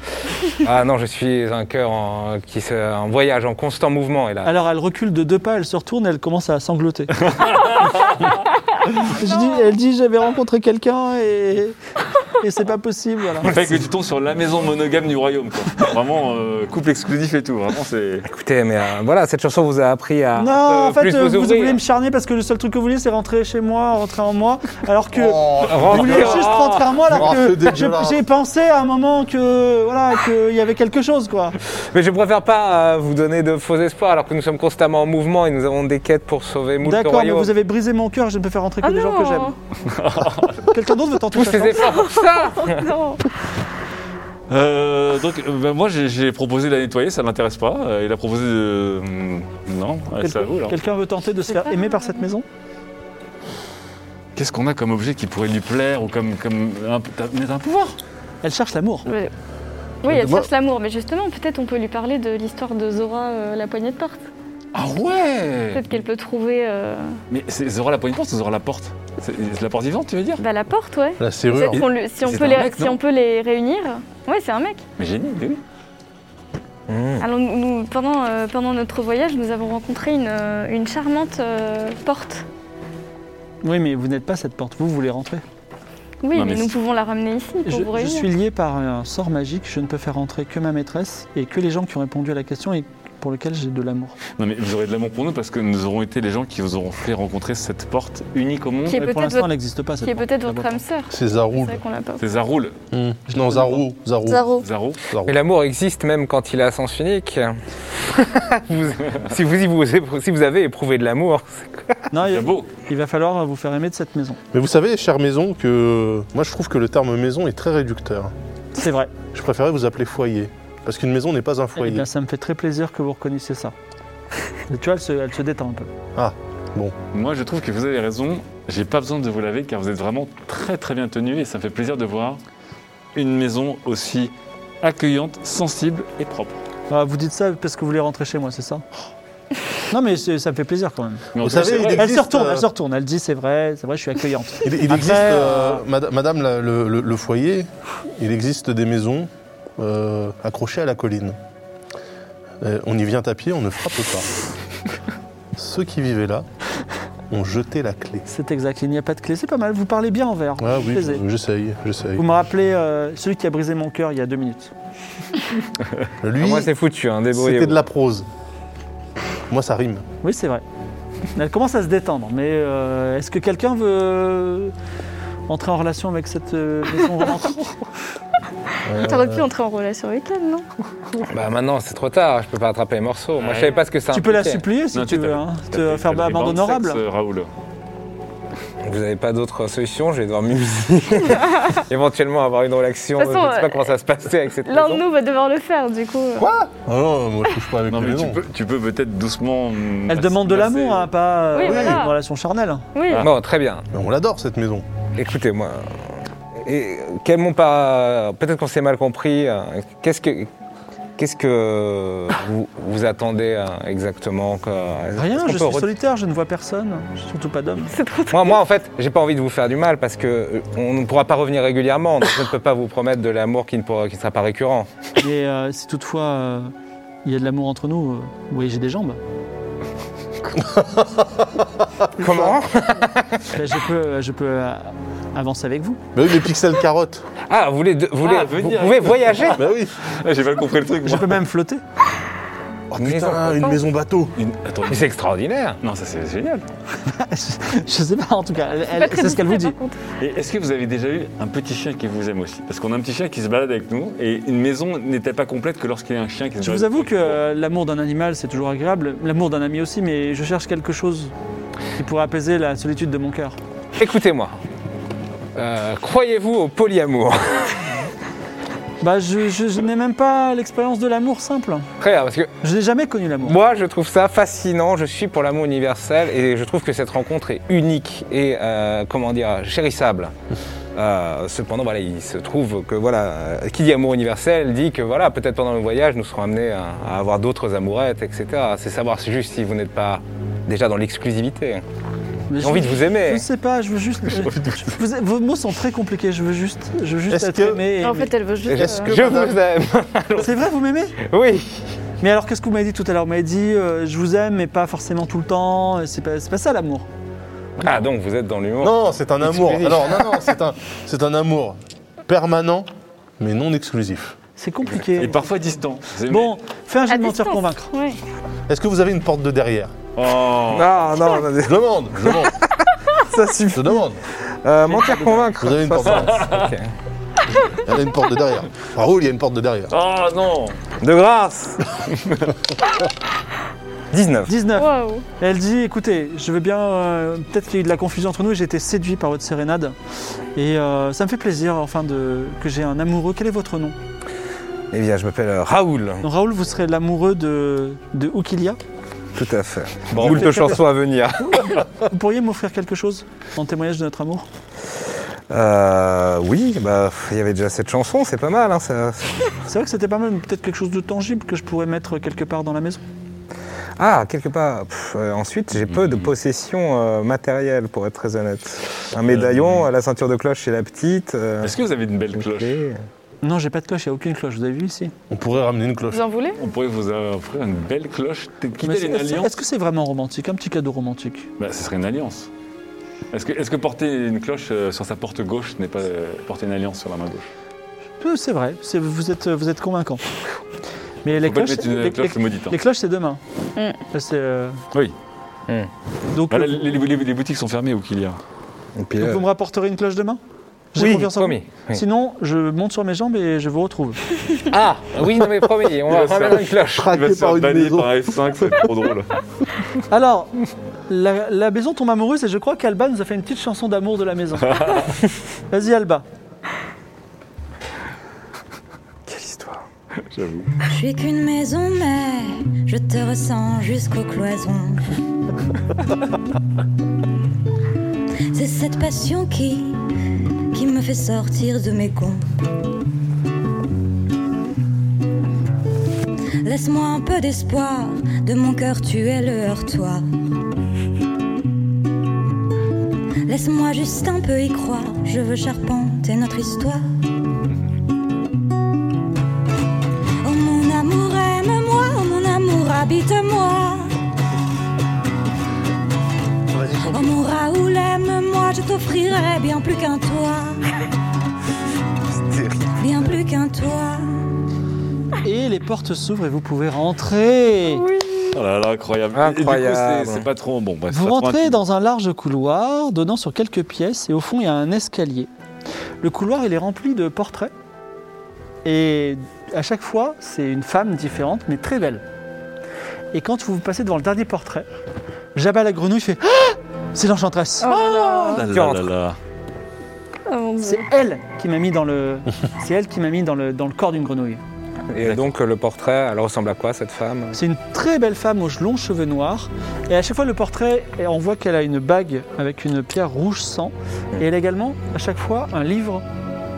Speaker 5: Ah non, je suis un cœur en, qui se, en voyage, en constant mouvement. Et là,
Speaker 1: Alors elle recule de deux pas, elle se retourne, et elle commence à sangloter. Je dis- elle dit j'avais rencontré quelqu'un et, et c'est pas possible. Voilà.
Speaker 2: Il fallait que tu tombes sur la maison monogame du royaume. quoi. Vraiment, euh, couple exclusif et tout. Vraiment, c'est.
Speaker 5: écoutez, mais euh, voilà, cette chanson vous a appris à
Speaker 1: Non, en
Speaker 5: un peu
Speaker 1: fait,
Speaker 5: plus
Speaker 1: euh, vous,
Speaker 5: ouvrir.
Speaker 1: voulez me charner parce que le seul truc que vous voulez, c'est rentrer chez moi, rentrer en moi, alors que vous
Speaker 5: Rentre-
Speaker 1: vouliez juste rentrer en moi, alors
Speaker 4: Oh,
Speaker 1: que
Speaker 4: c'est dégueulasse.
Speaker 1: je- j'ai pensé à un moment que voilà qu'il y avait quelque chose quoi.
Speaker 5: Mais je préfère pas euh, vous donner de faux espoirs alors que nous sommes constamment en mouvement et nous avons des quêtes pour sauver moult
Speaker 1: D'accord, mais
Speaker 5: royaumes.
Speaker 1: vous avez brisé mon cœur, je ne peux faire rentrer que
Speaker 3: Ah
Speaker 1: des gens que j'aime.
Speaker 3: non,
Speaker 1: Quelqu'un d'autre veut tenter
Speaker 5: Tous
Speaker 1: sa
Speaker 5: ces
Speaker 1: chance
Speaker 5: efforts pour ça
Speaker 3: non.
Speaker 2: Euh, donc, euh, bah, moi, j'ai- j'ai proposé de la nettoyer, ça l'intéresse pas. Euh, il a proposé de. hum, Non, ouais, ça vaut là.
Speaker 1: Quelqu'un veut tenter de se faire aimer par cette maison
Speaker 2: Qu'est-ce qu'on a comme objet qui pourrait lui plaire ou comme. comme un, t'as- mais t'as un pouvoir
Speaker 1: Elle cherche l'amour.
Speaker 3: Mais- Oui, elle
Speaker 4: Moi-
Speaker 3: cherche l'amour, mais justement, peut-être on peut lui parler de l'histoire de Zora, euh, la poignée de porte.
Speaker 2: Ah ouais
Speaker 3: Peut-être qu'elle peut trouver euh,
Speaker 2: Mais c'est Zora la poignée de porte ou Zora la porte C'est c'est la porte vivante, tu veux dire
Speaker 3: bah, la porte, ouais.
Speaker 4: La serrure.
Speaker 3: Peut-être qu'on lui- si, on
Speaker 2: c'est
Speaker 3: peut
Speaker 2: un
Speaker 3: les,
Speaker 2: mec,
Speaker 3: si
Speaker 2: non
Speaker 3: on peut les réunir. Ouais, c'est un mec.
Speaker 2: Mais génial, mais oui.
Speaker 3: Alors, nous, Ah, nous- pendant, euh, pendant notre voyage, nous avons rencontré une, euh, une charmante euh, porte.
Speaker 1: Oui, mais vous n'êtes pas cette porte, vous voulez rentrer.
Speaker 3: Oui,
Speaker 2: Non,
Speaker 3: mais,
Speaker 2: mais
Speaker 3: nous
Speaker 2: c'est-
Speaker 3: pouvons la ramener ici pour
Speaker 1: Je,
Speaker 3: vous
Speaker 1: je
Speaker 3: réunir.
Speaker 1: suis lié par un sort magique, je ne peux faire entrer que ma maîtresse et que les gens qui ont répondu à la question et pour lesquels j'ai de l'amour.
Speaker 2: Non mais vous aurez de l'amour pour nous parce que nous aurons été les gens qui vous auront fait rencontrer cette porte unique au monde.
Speaker 3: Qui est
Speaker 1: Mais Euh, Pour
Speaker 3: peut-être
Speaker 1: l'instant,
Speaker 3: votre-
Speaker 1: elle n'existe pas cette
Speaker 3: Qui est
Speaker 1: porte,
Speaker 3: peut-être
Speaker 1: la
Speaker 3: votre
Speaker 1: porte.
Speaker 3: âme sœur.
Speaker 4: C'est
Speaker 3: C'est
Speaker 4: Zaroul.
Speaker 3: vrai qu'on l'a pas.
Speaker 2: C'est Zaroul,
Speaker 4: Non, Zarou. Zarou.
Speaker 6: Zaro.
Speaker 2: Zaro.
Speaker 4: Zarou.
Speaker 5: Mais l'amour existe même quand il a sens unique. Vous- si, vous, y vous- si vous avez éprouvé de l'amour,
Speaker 1: Non,
Speaker 2: C'est
Speaker 1: il,
Speaker 2: beau.
Speaker 1: il va falloir vous faire aimer de cette maison.
Speaker 4: Mais vous savez, chère maison, que moi je trouve que le terme maison est très réducteur.
Speaker 1: C'est vrai.
Speaker 4: Je préférais vous appeler foyer. Parce qu'une maison n'est pas un
Speaker 1: Eh
Speaker 4: foyer.
Speaker 1: bien, ça me fait très plaisir que vous reconnaissiez ça. Et tu vois, elle se, elle se détend un peu.
Speaker 2: Moi je trouve que vous avez raison. J'ai pas besoin de vous laver car vous êtes vraiment très très bien tenu et ça me fait plaisir de voir une maison aussi accueillante, sensible et propre.
Speaker 1: Ah, vous dites ça parce que vous voulez rentrer chez moi, c'est ça Non, mais c'est- ça me fait plaisir quand même.
Speaker 2: Mais en
Speaker 4: Vous
Speaker 2: tout cas,
Speaker 4: savez,
Speaker 2: c'est
Speaker 4: il
Speaker 2: vrai.
Speaker 4: est-
Speaker 1: Elle se
Speaker 4: existe,
Speaker 1: retourne,
Speaker 4: euh,
Speaker 1: elle se retourne. Elle dit c'est vrai, c'est vrai, je suis accueillante.
Speaker 4: Il, il
Speaker 1: Après,
Speaker 4: existe, euh,
Speaker 1: euh,
Speaker 4: mada- madame, la- le, le- le foyer, il existe des maisons euh, accrochées à la colline. Euh, on y vient à pied, on ne frappe pas. Ceux qui vivaient là ont jeté la clé.
Speaker 1: C'est exact, il n'y a pas de clé. C'est pas mal, vous parlez bien en vert.
Speaker 4: Ah
Speaker 1: Vous
Speaker 4: oui,
Speaker 1: plaisez.
Speaker 4: j'essaye, j'essaye.
Speaker 1: Vous me rappelez euh, celui qui a brisé mon cœur il y a deux minutes.
Speaker 4: Lui,
Speaker 5: moi c'est foutu, hein,
Speaker 4: c'était
Speaker 5: débrouillez-vous.
Speaker 4: de la prose. Moi, ça rime.
Speaker 1: Oui, c'est vrai. Elle commence à se détendre, mais euh, est-ce que quelqu'un veut entrer en relation avec cette euh, maison volante
Speaker 3: T'aurais
Speaker 1: Euh,
Speaker 3: pu entrer en relation avec elle, non
Speaker 5: Bah maintenant c'est trop tard, je peux pas attraper les morceaux. Moi je savais pas ce que ça
Speaker 1: Tu peux la
Speaker 5: impliquait.
Speaker 1: supplier si
Speaker 2: Non,
Speaker 1: tu
Speaker 2: tu
Speaker 1: veux,
Speaker 2: t'as-
Speaker 1: hein,
Speaker 2: T'as
Speaker 1: te
Speaker 2: fait-
Speaker 1: faire
Speaker 2: t'as fait
Speaker 1: amende
Speaker 2: des bandes de
Speaker 1: honorable.
Speaker 2: sexe, Raoul.
Speaker 5: Vous n'avez pas d'autre solution, je vais devoir m'humilier. Éventuellement avoir une relaxation,
Speaker 3: De toute façon,
Speaker 5: je sais pas comment ça se passait avec cette
Speaker 3: L'un de
Speaker 5: maison.
Speaker 3: nous va devoir le faire, du coup. Quoi
Speaker 4: Ah non, moi, je touche pas avec
Speaker 2: Non
Speaker 4: les
Speaker 2: mais tu
Speaker 4: maisons.
Speaker 2: peux, tu peux peut-être doucement. hum,
Speaker 1: Elle demande de
Speaker 2: masser-
Speaker 1: l'amour, hein, pas euh,
Speaker 3: Oui, voilà.
Speaker 1: une relation charnelle.
Speaker 3: Oui.
Speaker 2: Ah.
Speaker 5: Bon, très bien.
Speaker 4: Mais on l'adore, cette maison.
Speaker 5: Écoutez-moi. Et quel mot pas. Peut-être qu'on s'est mal compris. euh, Qu'est-ce que. Qu'est-ce que vous, vous attendez euh, exactement que- est-ce
Speaker 1: Rien,
Speaker 5: qu'on
Speaker 1: je
Speaker 5: peut
Speaker 1: suis
Speaker 5: re-
Speaker 1: solitaire, je ne vois personne, surtout pas d'homme.
Speaker 5: moi, moi, en fait, j'ai pas envie de vous faire du mal parce que euh, on ne pourra pas revenir régulièrement. Donc je ne peux pas vous promettre de l'amour qui ne, pourra- qui ne sera pas récurrent.
Speaker 1: Mais euh, si toutefois euh, il y a de l'amour entre nous, euh, vous voyez, j'ai des jambes.
Speaker 5: Comment
Speaker 1: Là, je peux, euh, je peux euh, avancer avec vous.
Speaker 4: Mais oui, mais Pixel Carotte.
Speaker 5: Ah, vous voulez, de- vous voulez-
Speaker 2: Ah,
Speaker 5: vous
Speaker 2: venir.
Speaker 5: pouvez voyager
Speaker 4: Bah oui.
Speaker 2: Ah, J'ai mal compris le truc.
Speaker 1: Je
Speaker 2: moi.
Speaker 1: peux même flotter.
Speaker 4: Oh
Speaker 5: Une maison
Speaker 4: putain, une maison bateau.
Speaker 2: Une- Attends,
Speaker 5: Mais c'est extraordinaire.
Speaker 2: non ça c'est génial.
Speaker 1: Je sais pas, en tout cas, elle- elle- c'est ce qu'elle vous dit.
Speaker 2: Et est-ce que vous avez déjà eu un petit chien qui vous aime aussi Parce qu'on a un petit chien qui se balade avec nous et une maison n'était pas complète que lorsqu'il y a un chien qui se
Speaker 1: Je
Speaker 2: balade.
Speaker 1: vous avoue que euh, l'amour d'un animal, c'est toujours agréable. L'amour d'un ami aussi, mais je cherche quelque chose qui pourrait apaiser la solitude de mon cœur.
Speaker 5: Écoutez-moi. Euh, Croyez-vous au polyamour
Speaker 1: Bah, je, je- je n'ai même pas l'expérience de l'amour simple.
Speaker 5: Très bien, parce que
Speaker 1: Je n'ai jamais connu l'amour.
Speaker 5: moi je trouve ça fascinant, je suis pour l'amour universel et je trouve que cette rencontre est unique et euh, comment dire, chérissable. Euh, cependant, voilà, il se trouve que voilà, euh, qui dit amour universel dit que voilà, peut-être pendant le voyage nous serons amenés à, à avoir d'autres amourettes, etc. C'est savoir juste si vous n'êtes pas déjà dans l'exclusivité.
Speaker 1: Mais
Speaker 5: J'ai
Speaker 1: je-
Speaker 5: envie de vous aimer.
Speaker 1: Je sais pas, je veux juste. euh, Vous- vos mots sont très compliqués, je veux juste, je veux juste
Speaker 4: Est-ce
Speaker 1: être
Speaker 4: que-
Speaker 1: aimé. et
Speaker 3: En
Speaker 1: aimé.
Speaker 3: fait, elle veut juste.
Speaker 4: Est-ce
Speaker 3: euh,
Speaker 4: que-
Speaker 5: Je
Speaker 4: madame-
Speaker 5: vous aime.
Speaker 1: C'est vrai, vous m'aimez
Speaker 5: Oui.
Speaker 1: Mais alors, qu'est-ce que vous m'avez dit tout à l'heure Vous m'avez dit, euh, je vous aime, mais pas forcément tout le temps. euh, C'est pas, c'est pas ça l'amour.
Speaker 5: Ah donc vous êtes dans
Speaker 2: Oh.
Speaker 5: l'humour.
Speaker 4: Non, c'est un amour.
Speaker 5: Exclusif.
Speaker 4: Alors, non, non, c'est un, c'est un amour permanent, mais non exclusif.
Speaker 1: C'est
Speaker 2: Et
Speaker 1: compliqué.
Speaker 2: parfois distant. C'est-
Speaker 1: Bon, fais un jeu
Speaker 3: à
Speaker 1: de mentir
Speaker 3: distance.
Speaker 1: convaincre.
Speaker 3: Ouais.
Speaker 4: Est-ce que vous avez une porte de derrière
Speaker 2: Oh.
Speaker 5: Non, non, non,
Speaker 4: Je demande, je demande,
Speaker 5: ça suffit.
Speaker 4: je demande.
Speaker 5: Euh, mentir, convaincre.
Speaker 4: Vous avez une
Speaker 5: Ça, ça-
Speaker 4: Il y a une porte de derrière. Raoul, il y a une porte de derrière.
Speaker 2: Oh non
Speaker 5: ok. De grâce. 19.
Speaker 1: 19.
Speaker 3: Waouh.
Speaker 1: Elle dit, écoutez, je veux bien. euh, Peut-être qu'il y a eu de la confusion entre nous. J'ai été séduit par votre sérénade. Et euh, ça me fait plaisir, enfin, de, que j'ai un amoureux. Quel est votre nom
Speaker 5: Eh bien, je m'appelle euh, Raoul.
Speaker 1: Donc, Raoul, vous serez l'amoureux de, de Oukilia.
Speaker 5: Tout à fait. Boule de chansons à venir.
Speaker 1: Vous pourriez m'offrir quelque chose en témoignage de notre amour
Speaker 5: Euh, oui, bah, il y avait déjà cette chanson, c'est pas mal. Hein, ça-
Speaker 1: C'est vrai que c'était pas mal, mais peut-être quelque chose de tangible que je pourrais mettre quelque part dans la maison.
Speaker 5: Ah, quelque part. pff, euh, ensuite, j'ai peu de possessions euh, matérielles, pour être très honnête. Un médaillon, la ceinture de cloche chez la petite. euh,
Speaker 2: Est-ce que vous avez une belle
Speaker 5: une
Speaker 2: cloche
Speaker 5: clé.
Speaker 1: Non, j'ai pas de cloche, il n'y a aucune cloche, vous avez vu ici
Speaker 4: On pourrait ramener une cloche.
Speaker 3: Vous en voulez
Speaker 2: On pourrait vous euh, offrir une belle cloche. T- Quitte
Speaker 1: Mais
Speaker 2: à
Speaker 1: c'est-
Speaker 2: une
Speaker 1: Est-ce
Speaker 2: alliance
Speaker 1: est-ce que c'est vraiment romantique Un petit cadeau romantique
Speaker 2: Bah, Ce serait une alliance. Est-ce que, est-ce que porter une cloche euh, sur sa porte gauche n'est pas euh, porter une alliance sur la main gauche
Speaker 1: Peu, Euh, C'est vrai, c'est- vous êtes, vous êtes convaincant. Mais les
Speaker 2: Faut pas te
Speaker 1: cloches,
Speaker 2: mettre une
Speaker 1: les-
Speaker 2: cloche
Speaker 1: les-
Speaker 2: maudite. hein.
Speaker 1: les cloches, c'est demain.
Speaker 3: Mm.
Speaker 1: Ça, c'est, euh,
Speaker 2: Oui.
Speaker 1: Donc,
Speaker 2: Ah, là,
Speaker 1: vous,
Speaker 2: les, les- les boutiques sont fermées hein. ou qu'il y a
Speaker 5: Et puis,
Speaker 1: donc
Speaker 5: euh,
Speaker 1: vous me rapporterez une cloche demain J'ai
Speaker 5: oui,
Speaker 1: confiance en vous.
Speaker 5: promis. oui.
Speaker 1: Sinon, je monte sur mes jambes et je vous retrouve.
Speaker 5: Ah, oui, non, mais promis, on va
Speaker 2: va se
Speaker 5: ramener
Speaker 2: faire-
Speaker 5: une
Speaker 2: Il
Speaker 5: cloche.
Speaker 2: va
Speaker 4: Traqué
Speaker 2: se
Speaker 4: par
Speaker 2: faire
Speaker 4: une
Speaker 2: balayer
Speaker 4: maison.
Speaker 2: par un F5, c'est trop drôle.
Speaker 1: Alors, la, la maison tombe amoureuse et je crois qu'Alba nous a fait une petite chanson d'amour de la maison. Vas-y, Alba.
Speaker 5: Quelle histoire.
Speaker 2: J'avoue.
Speaker 6: Je suis qu'une maison, mais je te ressens jusqu'aux cloisons. C'est cette passion qui, qui me fait sortir de mes gonds. Laisse-moi un peu d'espoir, de mon cœur tu es le heurtoir. Laisse-moi juste un peu y croire, je veux charpenter notre histoire. Oh mon amour, aime-moi, oh mon amour, habite-moi. Oh mon Raoul, aime-moi, je t'offrirai bien plus qu'un toit. Bien plus qu'un toit.
Speaker 1: Et les portes s'ouvrent et vous pouvez rentrer.
Speaker 2: Oh là là, incroyable. Et du coup,
Speaker 5: Incroyable.
Speaker 2: c'est- c'est pas trop bon. Bref,
Speaker 1: Vous
Speaker 2: ça prend un
Speaker 1: rentrez
Speaker 2: petit-
Speaker 1: dans un large couloir donnant sur quelques pièces et au fond il y a un escalier. Le couloir il est rempli de portraits et à chaque fois c'est une femme différente mais très belle. Et quand vous passez devant le dernier portrait, Jabba la grenouille fait Ah C'est l'enchantresse.
Speaker 2: Ah là
Speaker 5: Tu
Speaker 2: là
Speaker 5: rentres.
Speaker 2: là là.
Speaker 3: Oh mon dieu.
Speaker 1: C'est elle qui m'a mis dans le c'est elle qui m'a mis dans le, dans le corps d'une grenouille.
Speaker 5: Et donc, euh, le portrait, elle ressemble à quoi, cette femme
Speaker 1: C'est une très belle femme aux longs cheveux noirs. Et à chaque fois, le portrait, et on voit qu'elle a une bague avec une pierre rouge sang. Et elle a également, à chaque fois, un livre,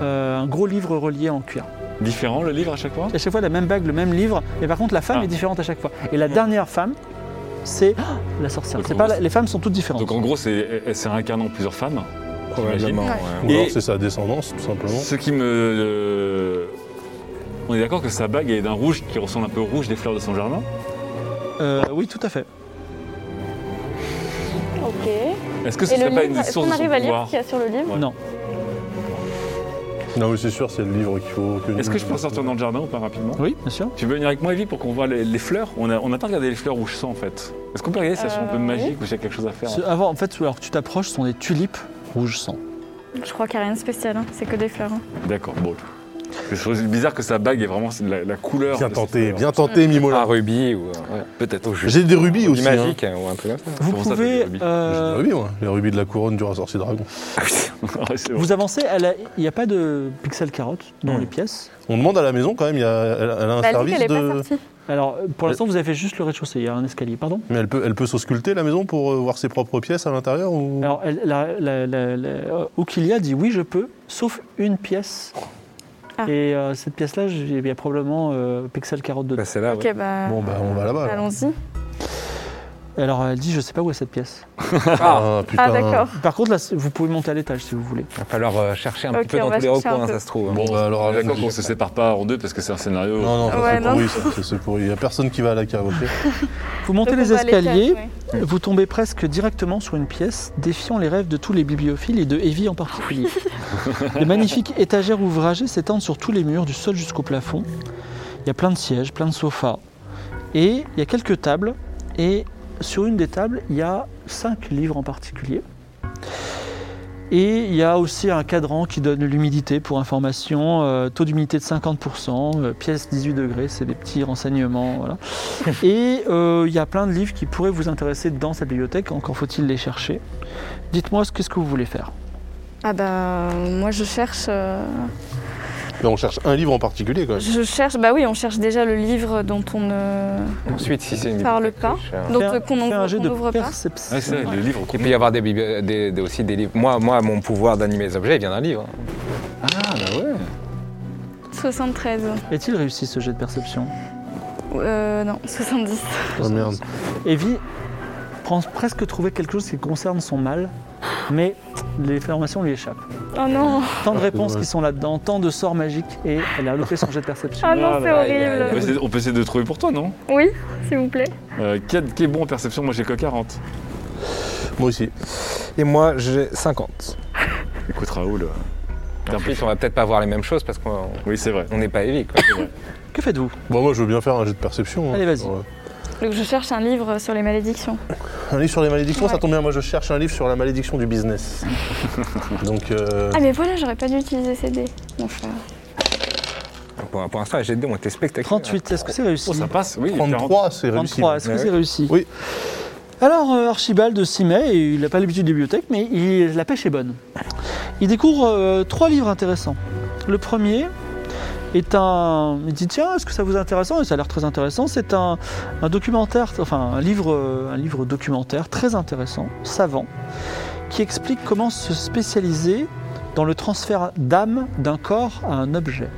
Speaker 1: euh, un gros livre relié en cuir.
Speaker 2: Différent le livre à chaque fois
Speaker 1: Et à chaque fois, la même bague, le même livre. Et par contre, la femme
Speaker 2: Ah.
Speaker 1: est différente à chaque fois. Et la dernière femme, c'est ah, la sorcière.
Speaker 2: Donc,
Speaker 1: C'est
Speaker 2: on
Speaker 1: pas
Speaker 2: va-
Speaker 1: la- les femmes sont toutes différentes.
Speaker 2: Donc en gros, c'est elle- elle s'est réincarnée en plusieurs femmes.
Speaker 5: Probablement.
Speaker 4: Ou
Speaker 2: Et-
Speaker 4: alors c'est sa descendance, tout simplement.
Speaker 2: Ce qui me. euh, On est d'accord que sa bague est d'un rouge qui ressemble un peu au rouge des fleurs de son jardin.
Speaker 1: Euh, oui, tout à fait.
Speaker 3: Ok.
Speaker 2: Est-ce que ce
Speaker 3: Et le
Speaker 2: serait pas
Speaker 3: livre,
Speaker 2: une
Speaker 3: est-ce
Speaker 2: source
Speaker 3: qu'on
Speaker 2: de son
Speaker 3: arrive à lire
Speaker 2: pouvoir
Speaker 3: ce qu'il y a sur le livre
Speaker 2: Ouais.
Speaker 1: Non.
Speaker 4: Non, mais c'est sûr, c'est le livre qu'il faut.
Speaker 2: Est-ce que je peux sortir dans le jardin ou pas rapidement
Speaker 1: Oui, bien sûr.
Speaker 2: Tu veux venir avec moi, Evie, pour qu'on voit les, les fleurs On n'a on n'a pas regardé les fleurs rouges sang en fait. Est-ce qu'on peut regarder si elles sont un peu
Speaker 3: Euh,
Speaker 2: magiques ou s'il y a quelque chose à faire
Speaker 1: Ce- Avant, en fait, alors que tu t'approches, ce sont des tulipes rouges sang.
Speaker 3: Je crois qu'il n'y a rien de spécial, hein. c'est que des fleurs. hein.
Speaker 2: D'accord, bon. Je trouve bizarre que sa bague est vraiment la, la couleur.
Speaker 4: Bien
Speaker 2: de
Speaker 4: tenté,
Speaker 2: ses fleurs.
Speaker 4: bien tenté,
Speaker 5: Un
Speaker 4: Mimola.
Speaker 5: rubis ou.
Speaker 2: Peut-être.
Speaker 4: J'ai des rubis
Speaker 5: Rubis
Speaker 4: aussi. hein.
Speaker 5: magique euh, ou un truc comme ça.
Speaker 1: Vous
Speaker 2: Comment ça, t'as des
Speaker 1: pouvez.
Speaker 2: rubis
Speaker 4: J'ai
Speaker 1: euh,
Speaker 4: des rubis, moi. Les rubis de la couronne du ressorti dragon.
Speaker 2: Ouais, c'est vrai.
Speaker 1: vous avancez, elle a- il n'y a pas de pixel carotte dans les pièces.
Speaker 4: On demande à la maison quand même, il y a- elle, elle a un
Speaker 3: Bah, elle dit
Speaker 4: service
Speaker 3: qu'elle n'est pas
Speaker 4: de.
Speaker 3: sortie.
Speaker 1: Alors, euh, pour l'instant, vous avez fait juste le rez-de-chaussée. Il y a un escalier, pardon
Speaker 4: Mais elle peut, elle peut s'ausculter la maison pour euh, voir ses propres pièces à l'intérieur ou...
Speaker 2: Ah.
Speaker 1: Alors, elle- la, la, la- la- euh, Oukilia dit oui, je peux, sauf une pièce.
Speaker 3: Ah.
Speaker 1: Et euh, cette pièce-là, j'ai- il y a probablement euh, Pixel Carotte dedans.
Speaker 5: Bah, c'est là, ouais.
Speaker 3: Ok, bah.
Speaker 4: Bon, bah on va là-bas. alors.
Speaker 3: Allons-y.
Speaker 1: Alors, elle dit je sais pas où est cette pièce.
Speaker 4: Ah, putain.
Speaker 3: Ah, d'accord.
Speaker 1: Par contre, là, c'est- vous pouvez monter à l'étage si vous voulez.
Speaker 5: Il va falloir euh, chercher un
Speaker 3: Ok,
Speaker 5: petit peu
Speaker 3: on
Speaker 5: dans
Speaker 3: va
Speaker 5: tous les
Speaker 3: chercher
Speaker 5: recoins,
Speaker 3: un
Speaker 5: hein,
Speaker 3: peu.
Speaker 5: ça se trouve. hein.
Speaker 4: Bon, bah alors
Speaker 2: On est D'accord
Speaker 4: allons-y.
Speaker 2: qu'on se sépare pas en deux parce que c'est un scénario.
Speaker 4: Non, non, ça,
Speaker 3: Ouais,
Speaker 4: c'est
Speaker 3: non.
Speaker 4: pourri, ça, c'est- c'est pourri. Il n'y a personne qui va à la cave, ok
Speaker 1: Vous montez
Speaker 3: Donc,
Speaker 1: les
Speaker 3: on va à l'étage,
Speaker 1: escaliers,
Speaker 3: ouais.
Speaker 1: vous tombez presque directement sur une pièce défiant les rêves de tous les bibliophiles et de Evie en particulier. les magnifiques étagères ouvragées s'étendent sur tous les murs, du sol jusqu'au plafond. Il y a plein de sièges, plein de sofas. Et il y a quelques tables. Et sur une des tables, il y a cinq livres en particulier. Et il y a aussi un cadran qui donne l'humidité pour information, euh, taux d'humidité de 50%, euh, pièce 18 degrés, c'est des petits renseignements. Voilà. Et euh, il y a plein de livres qui pourraient vous intéresser dans cette bibliothèque, encore faut-il les chercher. Dites-moi ce qu'est-ce que vous voulez faire.
Speaker 3: Ah, bah, moi je cherche. euh,
Speaker 4: Mais on cherche un livre en particulier quand même.
Speaker 3: Je cherche. Bah oui, on cherche déjà le livre dont on ne.
Speaker 5: Ensuite, si c'est une
Speaker 3: Parle
Speaker 5: bibliothèque
Speaker 3: pas.
Speaker 5: riche, euh,
Speaker 3: dont
Speaker 1: Fais
Speaker 3: euh,
Speaker 1: un-
Speaker 3: qu'on
Speaker 1: fais un jet de
Speaker 3: n'ouvre pas.
Speaker 1: perception.
Speaker 2: Ouais, c'est vrai, le livre
Speaker 5: Il peut y avoir des bibli- des- des- aussi des livres. Moi, moi, mon pouvoir d'animer les objets il vient d'un livre. hein.
Speaker 2: Ah bah ouais.
Speaker 3: 73.
Speaker 1: Est-il réussi ce jet de perception
Speaker 3: Euh, non, 70.
Speaker 4: Oh merde.
Speaker 1: Evie pense presque trouver quelque chose qui concerne son mal, mais les informations lui échappent.
Speaker 3: Oh non,
Speaker 2: Ah,
Speaker 1: Tant de
Speaker 4: c'est
Speaker 1: réponses
Speaker 4: dommage.
Speaker 1: qui sont là-dedans, tant de sorts magiques, et elle a loupé son jet de perception.
Speaker 3: ah non, c'est
Speaker 5: là, il y a-
Speaker 2: On peut
Speaker 3: horrible.
Speaker 2: essayer- on peut essayer de trouver pour toi, non
Speaker 3: Oui, s'il vous plaît.
Speaker 2: Euh, Qui a- qui est bon en perception Moi j'ai que 40.
Speaker 4: Moi aussi.
Speaker 5: Et moi, j'ai 50.
Speaker 2: Écoute Raoul. euh, t'es un peu-
Speaker 5: Ensuite, on va peut-être pas voir les mêmes choses parce qu'on
Speaker 2: Oui, c'est vrai.
Speaker 5: on n'est pas Evie. Quoi.
Speaker 1: Que faites-vous
Speaker 4: Bon, Bah, moi, je veux bien faire un jet de perception. hein.
Speaker 1: Allez, vas-y.
Speaker 4: Alors,
Speaker 3: Donc je cherche un livre sur les malédictions.
Speaker 4: Un livre sur les malédictions, ça
Speaker 3: Ouais.
Speaker 4: tombe bien. Moi, je cherche un livre sur la malédiction du business. Donc, euh,
Speaker 3: Ah mais voilà, j'aurais pas dû utiliser ces dés. Bon, enfin,
Speaker 5: Pour, pour l'instant, les jets de dés ont été spectaculaires.
Speaker 1: 38, est-ce que c'est réussi
Speaker 2: Oh, ça passe, oui. 40.
Speaker 4: 33, c'est réussi.
Speaker 1: 33, est-ce que
Speaker 5: Ouais.
Speaker 1: c'est réussi
Speaker 4: Oui.
Speaker 1: Alors, euh, Archibald s'y met, et il n'a pas l'habitude des bibliothèques, mais il- la pêche est bonne. Il découvre euh, trois livres intéressants. Le premier est un... Il dit, tiens, est-ce que ça vous est intéressant Et ça a l'air très intéressant. C'est un, un documentaire, enfin un livre, euh, un livre documentaire très intéressant, savant, qui explique comment se spécialiser dans le transfert d'âme d'un corps à un objet,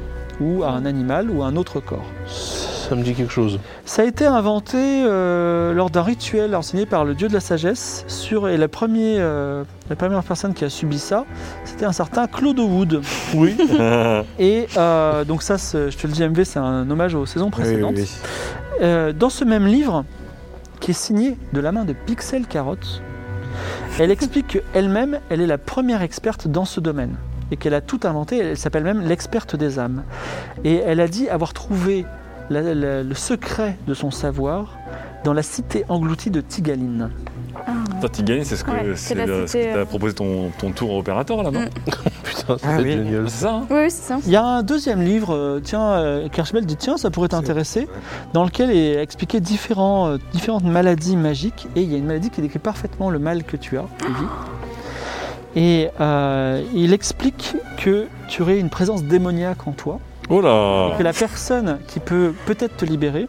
Speaker 1: ou à un animal, ou à un autre corps.
Speaker 4: Ça me dit quelque chose.
Speaker 1: Ça a été inventé euh, lors d'un rituel enseigné par le dieu de la sagesse sur et la première, euh, la première personne qui a subi ça, c'était un certain Claude Wood.
Speaker 4: Oui.
Speaker 1: Et euh, donc ça, c'est- je te le dis MV, c'est un hommage aux saisons précédentes. Euh, dans ce même livre, qui est signé de la main de Pixel Carotte, elle explique qu'elle-même, elle est la première experte dans ce domaine et qu'elle a tout inventé. Elle s'appelle même l'experte des âmes. Et elle a dit avoir trouvé la- la- le secret de son savoir dans la cité engloutie de Tigaline.
Speaker 2: Toi, tu gagnes, c'est ce que
Speaker 3: Ouais,
Speaker 2: c'est
Speaker 3: c'est la
Speaker 2: le- ce que
Speaker 3: cité,
Speaker 2: t'as
Speaker 3: euh. Mm.
Speaker 2: proposé ton, ton tour opérateur là-bas.
Speaker 4: Putain, c'était
Speaker 2: Ah oui.
Speaker 4: génial.
Speaker 2: C'est ça. hein
Speaker 3: oui, oui, c'est ça.
Speaker 1: Il y a un deuxième livre, euh, tiens, euh, Kirschmel dit tiens, ça pourrait t'intéresser, dans lequel est expliqué différents, euh, différentes maladies magiques. Et il y a une maladie qui décrit parfaitement le mal que tu as, Evie. Et euh, il explique que tu aurais une présence démoniaque en toi,
Speaker 2: oh là
Speaker 1: que la personne qui peut peut-être te libérer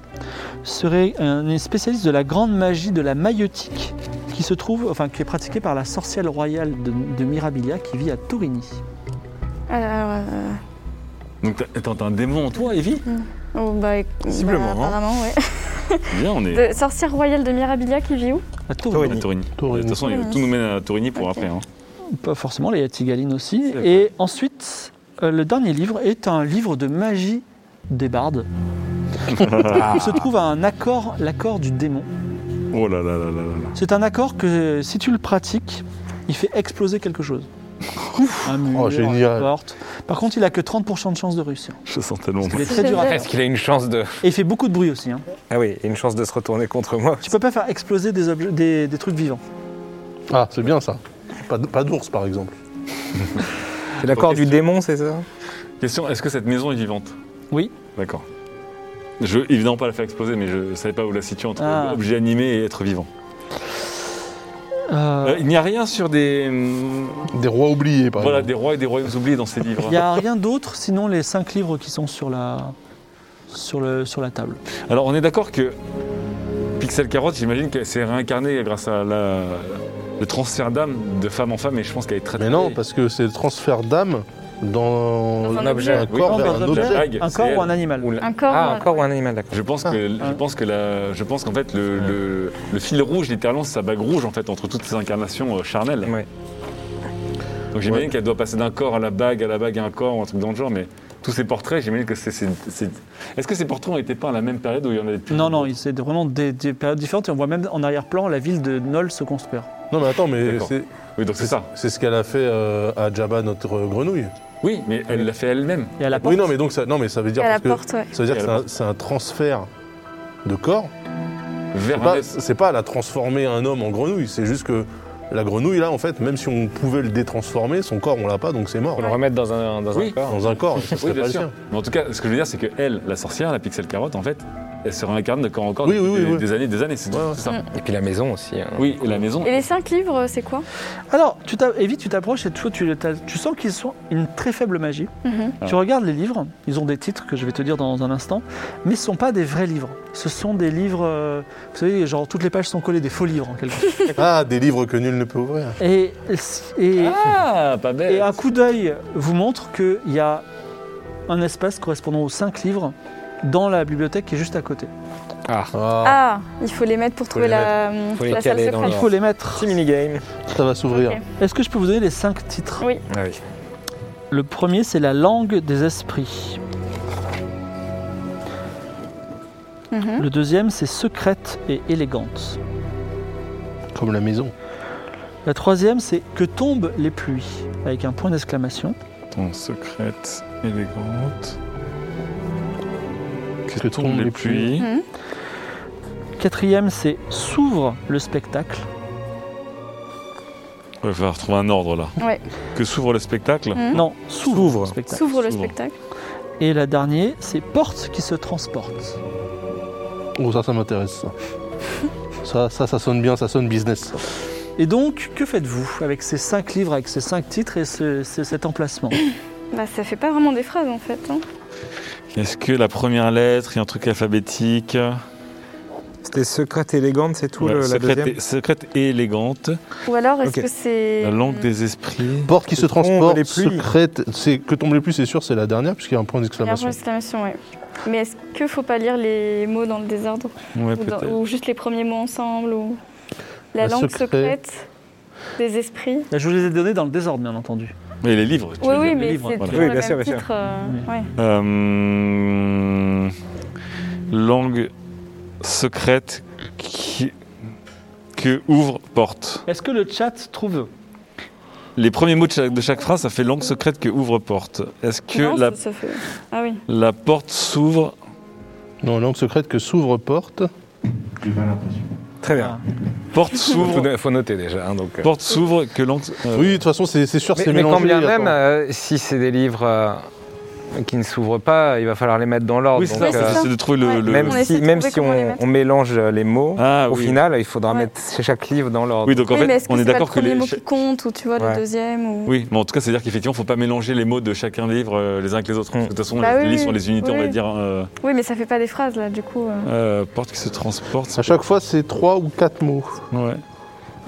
Speaker 1: serait un spécialiste de la grande magie de la maïotique, qui se trouve, enfin, qui est pratiquée par la sorcière royale de, de Mirabilia qui vit à Torini.
Speaker 3: Alors, euh,
Speaker 2: Donc, t'as- attends, t'as un démon en toi, Evie
Speaker 3: oh, bah, éc-
Speaker 5: Visiblement,
Speaker 3: bah,
Speaker 5: hein.
Speaker 3: apparemment, ouais.
Speaker 2: Bien, on est
Speaker 3: De- sorcière royale de Mirabilia qui vit où
Speaker 1: À Torini.
Speaker 2: à Torini. De
Speaker 4: Torini.
Speaker 2: toute façon, il- tout nous mène à Torini pour après. hein.
Speaker 1: Pas forcément, les Tigalines aussi.
Speaker 2: C'est
Speaker 1: Et ensuite, euh, le dernier livre est un livre de magie des bardes. Il se trouve à un accord, l'accord du démon.
Speaker 2: Oh là là là là là là.
Speaker 1: C'est un accord que si tu le pratiques, il fait exploser quelque chose. Un mur,
Speaker 4: Oh, génial.
Speaker 1: une porte. Par contre, il a que 30% de chance de réussir.
Speaker 2: Je sens tellement.
Speaker 1: Il est très dur à faire.
Speaker 5: Est-ce qu'il a une chance de.
Speaker 1: Et il fait beaucoup de bruit aussi. hein.
Speaker 5: Ah oui, une chance de se retourner contre moi.
Speaker 1: Tu peux pas faire exploser des, objets, des, des trucs vivants.
Speaker 4: Ah, c'est bien ça. Pas d- Pas d'ours, par exemple.
Speaker 5: C'est l'accord du démon, c'est ça
Speaker 2: Question est-ce que cette maison est vivante
Speaker 1: Oui.
Speaker 2: D'accord. Je veux évidemment pas la faire exploser, mais je savais pas où la situer entre
Speaker 1: Ah.
Speaker 2: objet animé et être vivant.
Speaker 1: Euh, Ah.
Speaker 2: Euh, il n'y a rien sur des. hum,
Speaker 4: Des rois oubliés, par
Speaker 2: voilà,
Speaker 4: exemple.
Speaker 2: des rois et des royaumes oubliés dans ces livres.
Speaker 1: Bah, Il n'y a rien d'autre sinon les cinq livres qui sont sur la, sur le, sur la table.
Speaker 2: Alors, on est d'accord que Pixel Carotte, j'imagine qu'elle s'est réincarnée grâce à la- le transfert d'âme de femme en femme, et je pense qu'elle est très
Speaker 4: Mais non, parce que c'est le transfert d'âme dans
Speaker 3: Dans
Speaker 5: Un objet.
Speaker 4: un
Speaker 1: Non,
Speaker 4: corps vers
Speaker 1: dans
Speaker 4: un
Speaker 1: un objet,
Speaker 4: objet.
Speaker 2: Blague,
Speaker 1: un
Speaker 2: c'est
Speaker 1: corps
Speaker 2: elle.
Speaker 1: ou un animal.
Speaker 5: Ou la-
Speaker 3: Un corps, euh.
Speaker 5: Ah,
Speaker 3: ouais.
Speaker 5: un corps ou un animal, d'accord.
Speaker 2: Je pense que, je pense que la, je pense qu'en fait le, le- le fil rouge littéralement c'est sa bague rouge en fait entre toutes ces incarnations euh, charnelles.
Speaker 5: Ouais.
Speaker 2: Donc j'imagine qu'elle doit passer d'un corps à la bague, à la bague à un corps, ou un truc dans le genre. Mais tous ces portraits, j'imagine que c'est, c'est- c'est- Est-ce que ces portraits ont été peints à la même période où il y en avait depuis
Speaker 1: Non, non, il- c'est vraiment des, des périodes différentes et on voit même en arrière-plan la ville de Nol se construire.
Speaker 4: Non, mais attends, mais
Speaker 2: D'accord.
Speaker 4: c'est-
Speaker 2: Oui, donc c'est ça.
Speaker 4: c'est ce qu'elle a fait euh, à Jabba, notre euh, grenouille.
Speaker 2: Oui, mais elle l'a fait elle-même.
Speaker 1: Et à la
Speaker 4: Oui,
Speaker 1: porte,
Speaker 4: non, mais donc ça, non, mais ça veut dire
Speaker 3: à la
Speaker 4: parce que-
Speaker 3: porte, ouais.
Speaker 4: ça veut dire
Speaker 2: Et
Speaker 4: que
Speaker 2: à
Speaker 4: c'est
Speaker 2: la
Speaker 4: un, c'est un transfert de corps.
Speaker 2: Vers
Speaker 4: C'est
Speaker 2: un
Speaker 4: pas,
Speaker 2: être.
Speaker 4: c'est pas la transformer un homme en grenouille. C'est juste que la grenouille là, en fait, même si on pouvait le détransformer, son corps on l'a pas, donc c'est mort.
Speaker 5: Faut le remettre dans un, dans
Speaker 2: Oui.
Speaker 5: un corps.
Speaker 4: Dans un corps, ça serait
Speaker 2: Oui, bien
Speaker 4: pas le
Speaker 2: sûr.
Speaker 4: sien.
Speaker 2: Mais en tout cas, ce que je veux dire, c'est que elle, la sorcière, la pixel carotte, en fait, elle se réincarne de corps en corps
Speaker 4: Oui,
Speaker 2: depuis
Speaker 4: oui, oui,
Speaker 2: des,
Speaker 4: oui.
Speaker 2: des années, des années. C'est, tout,
Speaker 4: Ouais, ouais.
Speaker 2: c'est ça.
Speaker 5: Et puis la maison aussi. hein.
Speaker 2: Oui, et la maison.
Speaker 3: Mm. Et les cinq livres, c'est quoi
Speaker 1: Alors, tu t'as- Evie, tu t'approches et toi, tu, t'as- tu sens qu'ils sont une très faible magie.
Speaker 3: Mhm.
Speaker 2: Ah.
Speaker 1: Tu regardes les livres, ils ont des titres que je vais te dire dans un instant, mais ce sont pas des vrais livres. Ce sont des livres, euh, vous savez, genre toutes les pages sont collées, des faux livres en quelque sorte.
Speaker 4: Ah, des livres que nul ne peut ouvrir.
Speaker 1: Et, et,
Speaker 2: Ah, pas belle.
Speaker 1: et un coup d'œil vous montre qu'il y a un espace correspondant aux cinq livres dans la bibliothèque qui est juste à côté.
Speaker 5: Ah,
Speaker 4: Ah,
Speaker 3: Ah, il faut les mettre pour trouver
Speaker 4: les
Speaker 3: la,
Speaker 5: Faut
Speaker 3: la
Speaker 5: les
Speaker 3: salle
Speaker 5: caler dans
Speaker 3: secrète.
Speaker 1: Il faut les mettre.
Speaker 5: petit minigame.
Speaker 4: ça va s'ouvrir.
Speaker 3: Ok.
Speaker 1: Est-ce que je peux vous donner les cinq titres
Speaker 3: Oui.
Speaker 5: Ah oui.
Speaker 1: Le premier, c'est la langue des esprits.
Speaker 3: Mhm.
Speaker 1: Le deuxième, c'est secrète et élégante.
Speaker 4: Comme la maison.
Speaker 1: La troisième, c'est que tombent les pluies, avec un point d'exclamation.
Speaker 2: Ton secrète élégante. Que,
Speaker 4: Que
Speaker 2: tombent les pluies.
Speaker 1: Quatrième, c'est s'ouvre le spectacle.
Speaker 2: Il va falloir retrouver un ordre là.
Speaker 3: Ouais.
Speaker 2: Que s'ouvre le spectacle.
Speaker 3: Mm.
Speaker 1: Non, s'ouvre
Speaker 2: S'ouvre.
Speaker 1: le spectacle.
Speaker 3: S'ouvre le
Speaker 2: s'ouvre.
Speaker 3: spectacle.
Speaker 1: Et la dernière, c'est porte qui se transporte.
Speaker 4: Oh, ça, ça m'intéresse, ça. ça. Ça, ça sonne bien, ça sonne business. ça.
Speaker 1: Et donc, que faites-vous avec ces cinq livres, avec ces cinq titres et ce- ce- cet emplacement
Speaker 3: Bah, ça fait pas vraiment des phrases en fait. hein.
Speaker 2: Est-ce que la première lettre est un truc alphabétique
Speaker 5: C'était secrète élégante, c'est tout
Speaker 2: Ouais,
Speaker 5: le- la
Speaker 2: secrète,
Speaker 5: deuxième
Speaker 2: et, secrète et élégante.
Speaker 3: Ou alors est-ce
Speaker 5: Ok.
Speaker 3: que c'est.
Speaker 2: La langue des esprits.
Speaker 4: Porte qui
Speaker 5: Que
Speaker 4: se
Speaker 5: tombent
Speaker 4: transporte,
Speaker 5: les pluies.
Speaker 4: secrète. C'est que tombe les pluies, c'est sûr, c'est la dernière, puisqu'il y a un point
Speaker 3: Il y a un point
Speaker 4: d'exclamation.
Speaker 3: d'exclamation, ouais. Mais est-ce que faut pas lire les mots dans le désordre
Speaker 2: Ouais,
Speaker 3: ou, dans-
Speaker 2: peut-être.
Speaker 3: ou juste les premiers mots ensemble ou... La,
Speaker 4: La
Speaker 3: langue
Speaker 4: secret-
Speaker 3: secrète des esprits.
Speaker 1: Là, Je vous les ai donnés dans le désordre, bien entendu.
Speaker 2: Mais les livres. tu
Speaker 3: Oui,
Speaker 2: veux
Speaker 3: oui,
Speaker 2: dire.
Speaker 3: mais
Speaker 1: livres,
Speaker 3: c'est
Speaker 2: voilà.
Speaker 3: toujours
Speaker 5: Oui,
Speaker 3: le
Speaker 5: bien
Speaker 3: même
Speaker 5: sûr, bien sûr.
Speaker 3: titre. euh, ouais.
Speaker 2: Euh, langue secrète qui, que ouvre porte.
Speaker 1: Est-ce que le chat trouve
Speaker 2: Les premiers mots de chaque, de chaque phrase, ça fait langue secrète que ouvre porte. Est-ce que
Speaker 3: Non,
Speaker 2: la,
Speaker 3: ça se fait- Ah oui.
Speaker 2: la porte s'ouvre
Speaker 4: Non, langue secrète que s'ouvre porte.
Speaker 2: Euh.
Speaker 5: Très bien.
Speaker 2: Porte
Speaker 5: Faut,
Speaker 2: s'ouvre.
Speaker 5: no- faut noter déjà. hein, donc, euh.
Speaker 2: porte s'ouvre que langue. euh,
Speaker 4: Oui, de toute façon, c'est c'est sûr,
Speaker 5: Mais,
Speaker 4: c'est
Speaker 5: mais quand
Speaker 4: mélangé.
Speaker 5: bien
Speaker 4: attends.
Speaker 5: même, euh, si c'est des livres euh, qui ne s'ouvrent pas, il va falloir les mettre dans l'ordre.
Speaker 2: Oui, c'est
Speaker 5: donc,
Speaker 2: ça,
Speaker 5: euh,
Speaker 3: ça.
Speaker 2: c'est de trouver le.
Speaker 3: Ouais.
Speaker 2: le-
Speaker 5: Même
Speaker 3: On essaie
Speaker 5: si,
Speaker 3: de
Speaker 5: même
Speaker 3: trouver
Speaker 5: si
Speaker 3: comment les
Speaker 5: on,
Speaker 3: mettre.
Speaker 5: on mélange les mots,
Speaker 2: Ah
Speaker 5: au
Speaker 2: oui.
Speaker 5: final, il faudra
Speaker 3: Ouais.
Speaker 5: mettre chaque livre dans l'ordre.
Speaker 2: Oui, donc en
Speaker 3: Oui,
Speaker 2: fait,
Speaker 3: mais est-ce
Speaker 2: on
Speaker 3: que
Speaker 2: est
Speaker 3: c'est pas le
Speaker 2: d'accord que les.
Speaker 3: premier mot qui compte ou tu vois
Speaker 5: Ouais.
Speaker 3: le deuxième ou...
Speaker 2: Oui, mais en tout cas, c'est-à-dire qu'effectivement, faut pas mélanger les mots de chacun livre euh, les uns avec les autres.
Speaker 5: Mm.
Speaker 2: De toute façon,
Speaker 3: Bah
Speaker 2: les,
Speaker 3: oui,
Speaker 2: les livres
Speaker 3: oui,
Speaker 2: sont les unités, on va
Speaker 3: oui.
Speaker 2: dire. euh,
Speaker 3: Oui, mais ça fait pas des phrases là, du coup. euh.
Speaker 2: euh, porte qui se transporte.
Speaker 4: À chaque fois, c'est trois ou quatre mots.
Speaker 2: Ouais.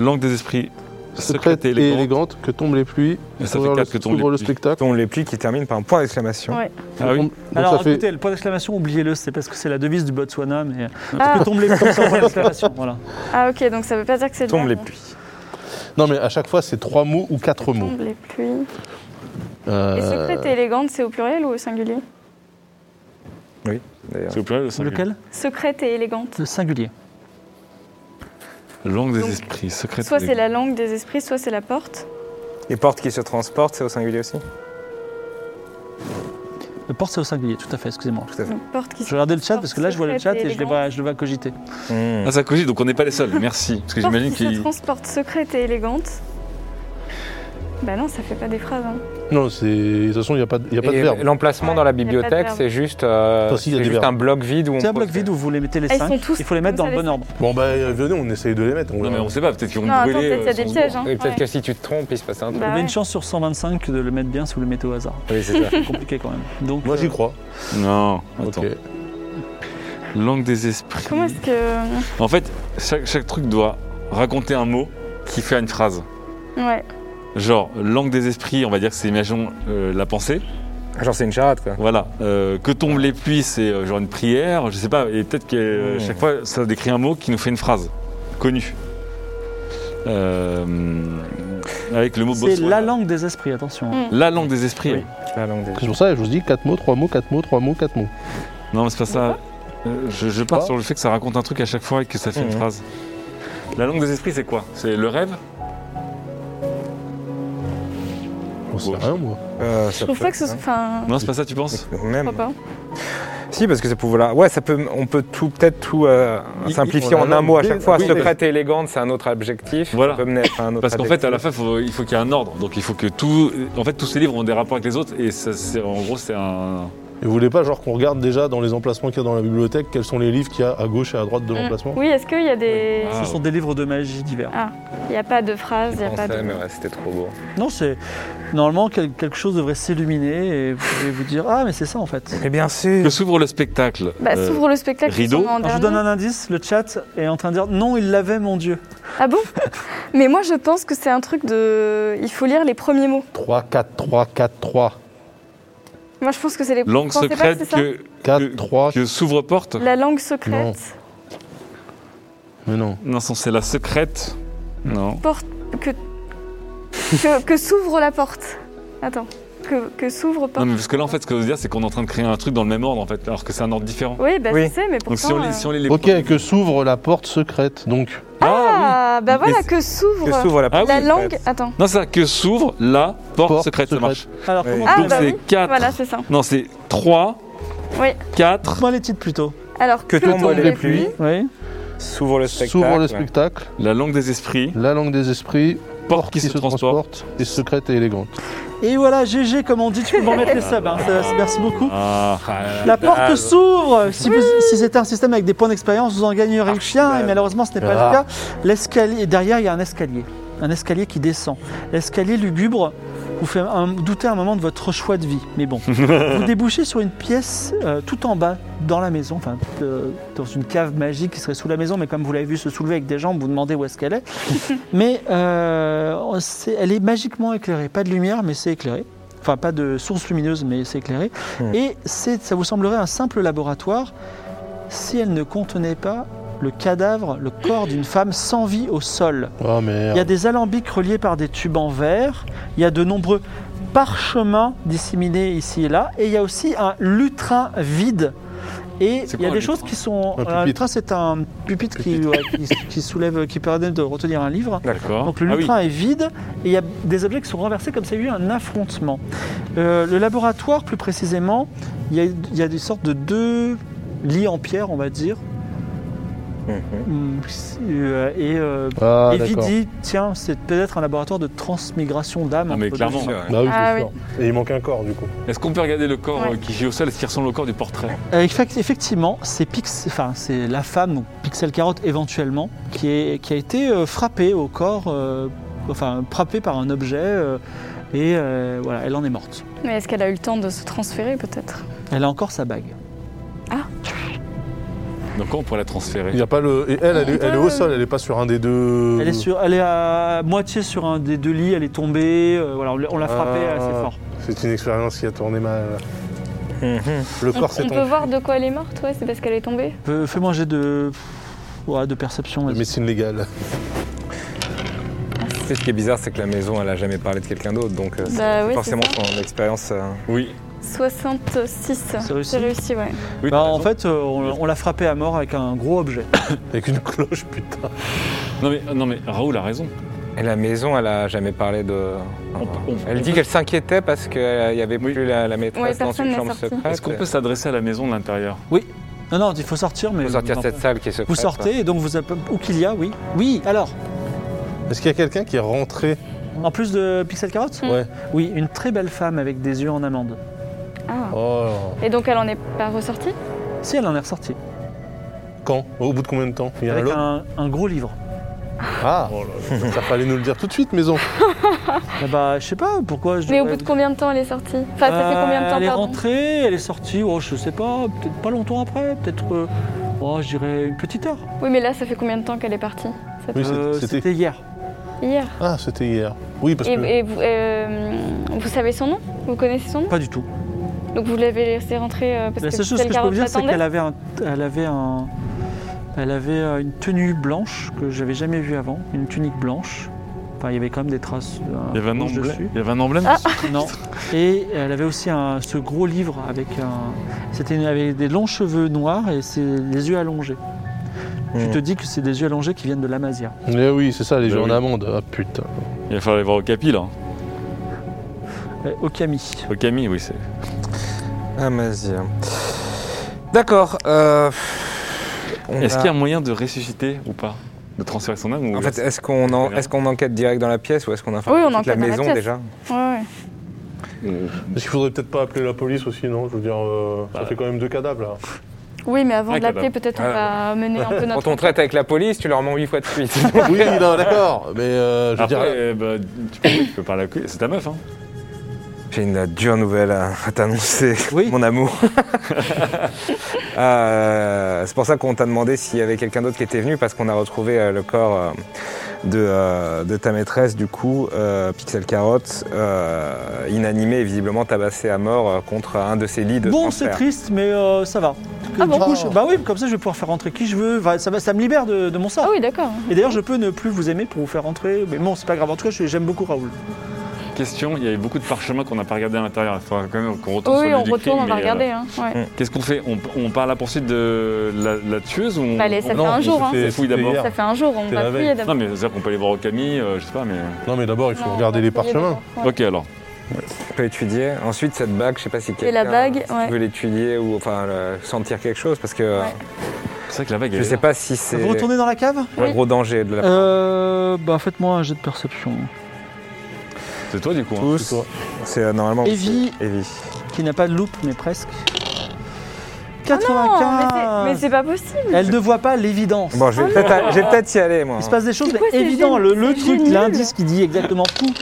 Speaker 2: Langue des esprits.
Speaker 4: Secrète et élégante, que tombent les pluies,
Speaker 2: Et ça fait
Speaker 4: s'ouvre le,
Speaker 2: quatre que tombent les
Speaker 4: s'ouvre le
Speaker 2: pluies.
Speaker 4: spectacle.
Speaker 5: On les plie qui termine par un point d'exclamation.
Speaker 3: Ouais.
Speaker 2: Ah oui.
Speaker 4: Donc,
Speaker 1: Alors
Speaker 4: ça fait-
Speaker 1: écoutez, le point d'exclamation, oubliez-le, c'est parce que c'est la devise du Botswana, mais euh,
Speaker 3: Ah,
Speaker 1: que tombent les pluies, c'est un point d'exclamation. Voilà.
Speaker 3: ah, ok, donc ça veut pas dire que c'est le
Speaker 5: Tombe les
Speaker 3: dernier.
Speaker 5: pluies.
Speaker 4: Non, mais à chaque fois, c'est trois mots ou quatre mots.
Speaker 3: Tombe les pluies. Et
Speaker 4: Euh,
Speaker 3: secrète et élégante, c'est au pluriel ou au singulier
Speaker 5: d'ailleurs.
Speaker 2: C'est au pluriel, le singulier.
Speaker 1: Lequel
Speaker 3: Secrète et élégante.
Speaker 1: Le singulier.
Speaker 2: Langue des
Speaker 3: Donc,
Speaker 2: esprits, secrète.
Speaker 3: Soit c'est
Speaker 2: élégante.
Speaker 3: la langue des esprits, soit c'est la porte.
Speaker 5: Les portes qui se transportent, c'est au singulier aussi
Speaker 1: Le porte, c'est au singulier, tout à fait, excusez-moi.
Speaker 3: Donc, porte qui
Speaker 1: Je regardais le chat parce que là, je vois le chat et je, les vois, je le vois cogiter.
Speaker 5: hmm.
Speaker 2: Ah, ça cogite, donc on n'est pas les seuls, merci. Parce que
Speaker 3: Porte
Speaker 2: j'imagine
Speaker 3: qui se
Speaker 2: qu'il.
Speaker 3: transporte secrète et élégante. Bah non, ça fait pas des phrases. Hein.
Speaker 4: Non, c'est. De toute façon, il n'y a pas, de- il y a pas de
Speaker 5: Et
Speaker 4: verbe.
Speaker 5: L'emplacement dans la
Speaker 3: Ouais, y a pas de
Speaker 5: bibliothèque,
Speaker 3: verbe.
Speaker 5: c'est juste, euh,
Speaker 4: Enfin, si, y a
Speaker 5: c'est
Speaker 4: des
Speaker 5: juste
Speaker 4: verbes.
Speaker 5: un bloc vide où on
Speaker 1: C'est un
Speaker 5: pose-
Speaker 1: bloc vide où vous les mettez les
Speaker 3: Ah, ils
Speaker 1: cinq.
Speaker 3: sont tous
Speaker 1: Il faut les mettre dans
Speaker 3: comme
Speaker 1: le
Speaker 3: ça,
Speaker 1: bon
Speaker 3: les
Speaker 1: ordre.
Speaker 4: Bon, bah, euh, venez, on essaye de les mettre. on
Speaker 2: Non, mais
Speaker 4: verra.
Speaker 2: on sait pas, peut-être qu'ils vont
Speaker 3: Non, attends,
Speaker 2: brûler.
Speaker 3: peut-être il y a
Speaker 2: euh,
Speaker 3: des
Speaker 2: sans
Speaker 3: pièges.
Speaker 2: le
Speaker 3: Hein.
Speaker 5: Et peut-être
Speaker 3: Ouais.
Speaker 5: que si tu te trompes, il se passe un
Speaker 3: Bah
Speaker 5: truc.
Speaker 1: Vous avez
Speaker 3: ouais.
Speaker 1: une chance sur 125 que de le mettre bien si vous le mettez au hasard.
Speaker 5: Oui, c'est ça.
Speaker 1: C'est compliqué quand même. Donc,
Speaker 4: Moi, j'y
Speaker 1: euh,
Speaker 4: crois.
Speaker 2: savoir. Non, attends.
Speaker 4: Ok.
Speaker 2: Langue des esprits.
Speaker 3: Comment est-ce que. euh,
Speaker 2: En fait, chaque, chaque truc doit raconter un mot qui fait une phrase.
Speaker 3: Ouais.
Speaker 2: Genre, langue des esprits, on va dire que c'est, imaginons, euh, la pensée.
Speaker 5: Genre, c'est une charade, quoi.
Speaker 2: Voilà. Euh, que tombent les pluies, c'est euh, genre une prière, je sais pas. Et peut-être que euh,
Speaker 5: Mmh.
Speaker 2: chaque fois, ça décrit un mot qui nous fait une phrase connue. Euh, avec le mot
Speaker 1: C'est
Speaker 2: Botswana.
Speaker 1: la langue des esprits, attention.
Speaker 3: Ah
Speaker 1: hein.
Speaker 2: La langue des esprits.
Speaker 1: Oui.
Speaker 5: La langue des-
Speaker 4: C'est pour ça, je vous dis quatre mots, trois mots, quatre mots, trois mots, quatre mots.
Speaker 2: Non, mais c'est pas ça. Euh, Je, je pars
Speaker 4: Quoi
Speaker 2: sur le fait que ça raconte un truc à chaque fois et que ça fait une
Speaker 5: Mmh.
Speaker 2: phrase. La langue des esprits, c'est quoi C'est le rêve
Speaker 4: On sait
Speaker 2: Ouais.
Speaker 4: rien, moi.
Speaker 5: Euh, ça
Speaker 3: Je trouve
Speaker 5: peut-
Speaker 3: pas que ce soit. Enfin.
Speaker 2: Non, c'est pas ça, tu penses
Speaker 5: Même.
Speaker 3: Pourquoi pas
Speaker 5: Si, parce que ça peut voilà. Ouais, ça peut. On peut tout, peut-être tout euh,
Speaker 2: Il-
Speaker 5: simplifier
Speaker 4: il-
Speaker 5: en
Speaker 4: voilà,
Speaker 5: un mot à
Speaker 4: mais-
Speaker 5: chaque fois.
Speaker 4: oui, mais-
Speaker 5: Secrète et élégante, c'est un autre objectif.
Speaker 2: Voilà.
Speaker 5: Ça peut mener à un autre
Speaker 2: Parce qu'en fait, à la
Speaker 5: objectif.
Speaker 2: fin, faut- il faut qu'il y ait un ordre. Donc il faut que tout. En fait, tous ces livres ont des rapports avec les autres et ça, c'est- en gros, c'est un.
Speaker 4: Et vous voulez pas, genre, qu'on regarde déjà dans les emplacements qu'il y a dans la bibliothèque, quels sont les livres qu'il y a à gauche et à droite de
Speaker 1: Mm.
Speaker 4: l'emplacement
Speaker 3: Mm. Oui, est-ce qu'il y a des. Ah.
Speaker 2: Oui. Ah.
Speaker 1: Ce sont des livres de magie divers.
Speaker 3: Il n'y a pas de phrases, il n'y a
Speaker 5: J'y
Speaker 3: pas
Speaker 5: pensais,
Speaker 3: de.
Speaker 5: mais ouais, c'était trop beau.
Speaker 1: Non, c'est. Normalement, quel- quelque chose devrait s'illuminer et vous pouvez vous dire Ah, mais c'est ça en fait.
Speaker 5: Mais bien sûr.
Speaker 2: Que s'ouvre le spectacle
Speaker 3: Bah,
Speaker 2: Euh,
Speaker 3: s'ouvre le spectacle. ils
Speaker 2: rideau. Ah,
Speaker 3: sont en
Speaker 1: Alors, je vous
Speaker 3: dernier.
Speaker 1: donne un indice le chat est en train de dire Non, il l'avait, mon Dieu.
Speaker 3: Ah bon Mais moi, je pense que c'est un truc de. Il faut lire les premiers mots.
Speaker 4: 3, 4, 3, 4, 3.
Speaker 3: Moi, je pense que c'est les.
Speaker 2: euh, Langue
Speaker 3: Vous pensez pas
Speaker 2: secrète
Speaker 3: c'est ça
Speaker 2: que,
Speaker 4: 4, 3.
Speaker 2: que s'ouvre porte
Speaker 3: La langue secrète.
Speaker 4: Mais non.
Speaker 2: Non, ça, c'est la secrète. Non.
Speaker 3: Porte. Que. que, que s'ouvre la porte. Attends. Que, que s'ouvre
Speaker 2: Non,
Speaker 3: porte.
Speaker 2: mais parce que là, en fait, ce que je veux dire, c'est qu'on est en train de créer un truc dans le même ordre, en fait, alors que c'est un ordre différent.
Speaker 3: Oui, bah,
Speaker 5: Oui.
Speaker 3: je sais, mais pourtant.
Speaker 2: Donc si on lit,
Speaker 3: euh,
Speaker 2: si on lit les.
Speaker 4: Ok, que s'ouvre la porte secrète, donc.
Speaker 2: Ah, oui.
Speaker 3: Ah, Ah, bah voilà,
Speaker 2: Et-
Speaker 3: que s'ouvre
Speaker 5: Que s'ouvre la
Speaker 2: Ah
Speaker 5: porte
Speaker 3: la
Speaker 5: secrète.
Speaker 3: langue. Attends.
Speaker 2: Non, c'est ça, que s'ouvre la porte,
Speaker 4: Porte
Speaker 2: secrète, ça
Speaker 4: secrète.
Speaker 2: marche.
Speaker 1: Alors,
Speaker 5: Ouais.
Speaker 1: comment
Speaker 3: Ah,
Speaker 2: Donc
Speaker 3: bah
Speaker 2: c'est
Speaker 3: oui.
Speaker 2: 4.
Speaker 3: Voilà, c'est ça.
Speaker 2: Non, c'est 3,
Speaker 3: Oui.
Speaker 2: 4,
Speaker 1: Comment les titres plutôt
Speaker 3: Alors,
Speaker 5: Que
Speaker 3: Pluton
Speaker 5: tombe
Speaker 3: et
Speaker 5: les pluies.
Speaker 1: Oui.
Speaker 5: S'ouvre le spectacle.
Speaker 4: S'ouvre le spectacle,
Speaker 2: la langue des esprits,
Speaker 4: la langue des esprits,
Speaker 2: porte qui se transporte.
Speaker 4: et secrète et élégante.
Speaker 1: Et voilà, GG, comme on dit, tu peux m'en mettre les subs. hein, ça- ça- merci beaucoup.
Speaker 2: Ah,
Speaker 5: Ah là là.
Speaker 1: La porte
Speaker 5: Ah,
Speaker 1: s'ouvre Si, vous- si c'était un système avec des points d'expérience, vous en gagneriez chien, et malheureusement ce n'est pas le
Speaker 4: Ah.
Speaker 1: cas. L'escalier, derrière il y a un escalier, un escalier qui descend. L'escalier lugubre vous fait un- douter un moment de votre choix de vie, mais bon. vous débouchez sur une pièce euh, tout en bas, dans la maison, enfin euh, dans une cave magique qui serait sous la maison, mais comme vous l'avez vu se soulever avec des jambes, vous demandez où est-ce qu'elle est. mais euh, c'est- elle est magiquement éclairée, pas de lumière, mais c'est éclairé. Enfin, pas de source lumineuse, mais c'est éclairé. Et c'est- ça vous semblerait un simple laboratoire si elle ne contenait pas le cadavre, le corps d'une femme sans vie au sol.
Speaker 4: Oh
Speaker 1: Il y a
Speaker 4: merde.
Speaker 1: des alambics reliés par des tubes en verre, il y a de nombreux parchemins disséminés ici et là, et il y a aussi un lutrin vide. Et
Speaker 2: C'est
Speaker 1: il y a
Speaker 2: quoi, un
Speaker 1: des choses
Speaker 2: lutrin
Speaker 1: qui sont...
Speaker 4: Un
Speaker 1: Un
Speaker 4: pupitre.
Speaker 1: lutrin, c'est un pupitre, qui- ouais, Qui, qui soulève, qui permet de retenir un livre.
Speaker 2: d'accord.
Speaker 1: Donc le
Speaker 2: Ah oui.
Speaker 1: lutrin est vide et il y a des objets qui sont renversés comme s'il y a eu un affrontement. Euh, le laboratoire, plus précisément, il y a, il y a des sortes de deux lits en pierre, on va dire.
Speaker 5: Mhm.
Speaker 1: Hum, si- euh, Et, euh,
Speaker 4: Ah,
Speaker 1: et
Speaker 4: d'accord.
Speaker 1: Vidi, tiens, c'est peut-être un laboratoire de transmigration d'âme.
Speaker 2: Ah, mais
Speaker 1: entre deux
Speaker 2: clairement.
Speaker 1: mondes.
Speaker 4: Bah oui, c'est
Speaker 3: Ah
Speaker 4: sûr. Et il manque un corps, du coup.
Speaker 2: Est-ce qu'on peut regarder le corps
Speaker 3: Ouais.
Speaker 2: euh, qui gît au sol Est-ce qu'il ressemble au corps du portrait
Speaker 1: Euh, effect- effectivement, c'est Pix- enfin, c'est la femme, donc Pixel Carotte éventuellement, qui, est, qui a été euh, frappée au corps, euh, enfin frappée par un objet, euh, et euh, voilà, elle en est morte.
Speaker 3: Mais est-ce qu'elle a eu le temps de se transférer peut-être
Speaker 1: Elle a encore sa bague.
Speaker 2: Donc on pourrait la transférer
Speaker 4: Il y a pas le. Et elle, elle, est, elle est au sol, elle est pas sur un des deux.
Speaker 1: Ah. Elle est, sur, elle est à moitié sur un des deux lits, elle est tombée, euh, voilà, on l'a- on l'a frappée
Speaker 4: Ah.
Speaker 1: assez fort.
Speaker 4: C'est une expérience qui a tourné mal.
Speaker 5: Mhm.
Speaker 1: Mm-hmm.
Speaker 4: Le
Speaker 3: On,
Speaker 4: corps s'est
Speaker 3: on peut
Speaker 4: en
Speaker 3: voir de quoi elle est morte, ouais, c'est parce qu'elle est tombée.
Speaker 1: Fais- Euh, Fais manger de, ouais, de perception. vas-y.
Speaker 4: médecine légale.
Speaker 5: Tu sais, ce qui est bizarre, c'est que la maison, elle a jamais parlé de quelqu'un d'autre, donc euh, c'est
Speaker 3: Bah oui, c'est
Speaker 5: forcément son expérience. euh,
Speaker 2: Oui.
Speaker 3: 66.
Speaker 1: C'est réussi
Speaker 3: C'est réussi, ouais.
Speaker 2: oui
Speaker 1: Bah,
Speaker 2: t'as
Speaker 1: en
Speaker 2: raison.
Speaker 1: fait, euh, on, on l'a frappée à mort avec un gros objet.
Speaker 4: Avec une cloche, putain.
Speaker 2: Non mais, non mais Raoul a raison.
Speaker 5: Et la maison, elle a jamais parlé de.
Speaker 2: On- on-
Speaker 5: elle
Speaker 2: on
Speaker 5: dit
Speaker 2: peut-
Speaker 5: qu'elle s'inquiétait parce qu'il n'y avait plus la, la
Speaker 3: Ouais,
Speaker 5: maîtresse dans
Speaker 3: personne
Speaker 5: une
Speaker 3: n'est
Speaker 5: chambre
Speaker 3: sorti.
Speaker 1: Ah,
Speaker 5: secrète.
Speaker 2: Est-ce qu'on peut s'adresser à la maison de l'intérieur
Speaker 1: Non, non, il faut sortir, mais.
Speaker 5: Faut sortir de cette salle qui est secrète
Speaker 1: Vous sortez, et donc vous. appe- Où qu'il y a, oui. Oui, alors,
Speaker 4: Est-ce qu'il y a quelqu'un qui est rentré
Speaker 1: en plus de Pixel Carotte
Speaker 4: Ouais.
Speaker 1: Oui, une très belle femme avec des yeux en amande.
Speaker 3: Ah.
Speaker 4: Oh.
Speaker 3: Et donc elle en est pas ressortie
Speaker 1: Si, elle en est ressortie.
Speaker 4: Quand Au bout de combien de temps Il y a un
Speaker 1: Avec
Speaker 4: lot
Speaker 1: un, un gros livre.
Speaker 4: Ah Ça fallait nous le dire tout de suite, maison.
Speaker 1: Ah bah, je sais pas pourquoi. Je
Speaker 3: Mais au bout de combien de temps elle est sortie Enfin, ça fait
Speaker 1: Euh,
Speaker 3: combien de temps
Speaker 1: Elle est
Speaker 3: pardon
Speaker 1: rentrée, elle est sortie, oh, je sais pas, peut-être pas longtemps après, peut-être, euh, oh, je dirais une petite heure.
Speaker 3: Oui, mais là, ça fait combien de temps qu'elle est partie Cette-
Speaker 4: Oui,
Speaker 1: Euh,
Speaker 4: c'était- c'était.
Speaker 1: C'était hier.
Speaker 3: Hier.
Speaker 4: Ah, c'était hier. Oui, parce
Speaker 3: Et,
Speaker 4: que.
Speaker 3: et vous, euh, vous savez son nom Vous connaissez son nom
Speaker 1: Pas du tout.
Speaker 3: Donc vous l'avez laissé rentrer euh, parce
Speaker 1: La
Speaker 3: que
Speaker 1: seule chose que
Speaker 3: Pixel
Speaker 1: je peux vous
Speaker 3: Carotte
Speaker 1: dire, c'est
Speaker 3: l'attendait
Speaker 1: qu'elle avait un, elle avait un, elle avait euh, une tenue blanche que j'avais jamais vue avant, une tunique blanche. Enfin, il y avait quand même des traces. euh,
Speaker 2: Il y avait un
Speaker 1: rouges
Speaker 2: emblème.
Speaker 1: dessus.
Speaker 2: Il y avait un emblème
Speaker 3: Ah.
Speaker 1: Non. Et elle avait aussi un, ce gros livre avec un. C'était une- elle avait des longs cheveux noirs et c'est les yeux allongés.
Speaker 5: Hmm.
Speaker 2: Mm.
Speaker 1: Tu te dis que c'est des yeux allongés qui viennent de l'Amazia.
Speaker 4: Eh oui, c'est ça, les
Speaker 2: Bah
Speaker 4: gens en
Speaker 2: oui.
Speaker 4: amende. Ah putain.
Speaker 2: Il va falloir aller voir au capi là.
Speaker 1: Euh, Okami.
Speaker 2: Au Camille, oui c'est.
Speaker 5: Ah, vas-y. D'accord. euh, on
Speaker 2: Est-ce
Speaker 5: a-
Speaker 2: qu'il y a moyen de ressusciter ou pas De transférer son âme ou...
Speaker 5: Eh ben. En fait, est-ce qu'on en- est-ce qu'on enquête direct dans la pièce ou est-ce qu'on informe
Speaker 3: Oui, on
Speaker 5: toute la
Speaker 3: enquête dans la
Speaker 5: maison
Speaker 3: pièce.
Speaker 5: déjà
Speaker 3: Ouais, ouais.
Speaker 4: Parce qu'il faudrait peut-être pas appeler la police aussi, non Je veux dire, euh, ça
Speaker 2: Bah.
Speaker 4: fait quand même deux cadavres là.
Speaker 3: Oui, mais avant
Speaker 2: Ouais,
Speaker 3: de l'appeler, peut-être on
Speaker 2: Ah.
Speaker 3: va mener un peu
Speaker 5: Quand
Speaker 3: notre.
Speaker 5: on traite avec la police, tu leur mens huit fois de suite.
Speaker 4: oui, non, d'accord. Mais euh, je veux
Speaker 2: Après,
Speaker 4: dire.
Speaker 2: euh, bah, tu, peux, tu peux parler à la C'est ta meuf, hein
Speaker 5: J'ai une dure nouvelle à à t'annoncer,
Speaker 1: Oui.
Speaker 5: mon amour. Euh, c'est pour ça qu'on t'a demandé s'il y avait quelqu'un d'autre qui était venu, parce qu'on a retrouvé euh, le corps euh, de, euh, de ta maîtresse, du coup, euh, Pixel Carotte, euh, inanimé et visiblement tabassé à mort euh, contre un de ses lits de
Speaker 1: Bon, c'est
Speaker 5: transfert.
Speaker 1: triste, mais euh, ça va.
Speaker 3: Ah
Speaker 1: du coup, je- bah oui, comme ça, je vais pouvoir faire rentrer qui je veux. Enfin, ça, va, ça me libère de, de mon sort.
Speaker 3: Ah oui, d'accord.
Speaker 1: Et d'ailleurs, je peux ne plus vous aimer pour vous faire rentrer. Mais bon, c'est pas grave. En tout cas, je- j'aime beaucoup Raoul.
Speaker 2: question. Il y avait beaucoup de parchemins qu'on n'a pas regardé à l'intérieur. Il faudra quand même qu'on retourne
Speaker 3: Oui,
Speaker 2: sur le
Speaker 3: on
Speaker 2: lieu du crime,
Speaker 3: retourne, on va
Speaker 2: mais, euh,
Speaker 3: regarder. hein, ouais.
Speaker 2: Qu'est-ce qu'on fait on, on part à la poursuite de la, la tueuse ou on,
Speaker 3: Bah, allez, ça
Speaker 2: on-
Speaker 3: fait un
Speaker 2: on
Speaker 3: jour,
Speaker 2: se
Speaker 3: hein.
Speaker 2: fait fouiller d'abord.
Speaker 4: C'était
Speaker 3: Ça fait un jour, on
Speaker 4: T'es
Speaker 3: va
Speaker 4: la veille.
Speaker 3: fouiller
Speaker 2: Non,
Speaker 3: d'abord.
Speaker 2: mais c'est-à-dire qu'on peut aller voir au Camille, euh, je sais pas, mais.
Speaker 4: Non, mais d'abord, il faut
Speaker 3: Non, on
Speaker 4: regarder
Speaker 3: va
Speaker 4: les
Speaker 3: fouiller
Speaker 4: parchemins.
Speaker 3: d'abord, ouais.
Speaker 2: Ok, alors.
Speaker 5: On peut étudier. Ensuite, cette bague, je sais pas si quelqu'un
Speaker 3: la bague, ouais.
Speaker 5: veut l'étudier ou enfin le- sentir quelque chose parce que euh,
Speaker 3: Ouais.
Speaker 2: C'est vrai que la vague,
Speaker 5: je
Speaker 2: elle-
Speaker 5: sais pas si c'est
Speaker 1: Vous retournez dans la cave
Speaker 5: un gros danger de la.
Speaker 1: euh, Bah faites-moi un jet de perception.
Speaker 2: C'est toi du coup. hein.
Speaker 5: Tous. C'est euh, normalement.
Speaker 1: Evie.
Speaker 5: c'est Evie.
Speaker 1: Qui n'a pas de loupe, mais presque.
Speaker 3: Ah Non, mais c'est-
Speaker 1: 95
Speaker 3: mais c'est pas possible.
Speaker 1: Elle ne voit pas l'évidence.
Speaker 5: Bon, je vais peut-être je vais peut-être y aller moi.
Speaker 1: Il se passe des choses,
Speaker 3: C'est quoi
Speaker 1: mais
Speaker 3: ces
Speaker 1: évident,
Speaker 3: gènes
Speaker 1: le, le
Speaker 3: Ces
Speaker 1: truc,
Speaker 3: gènes
Speaker 1: l'indice qui dit exactement tout.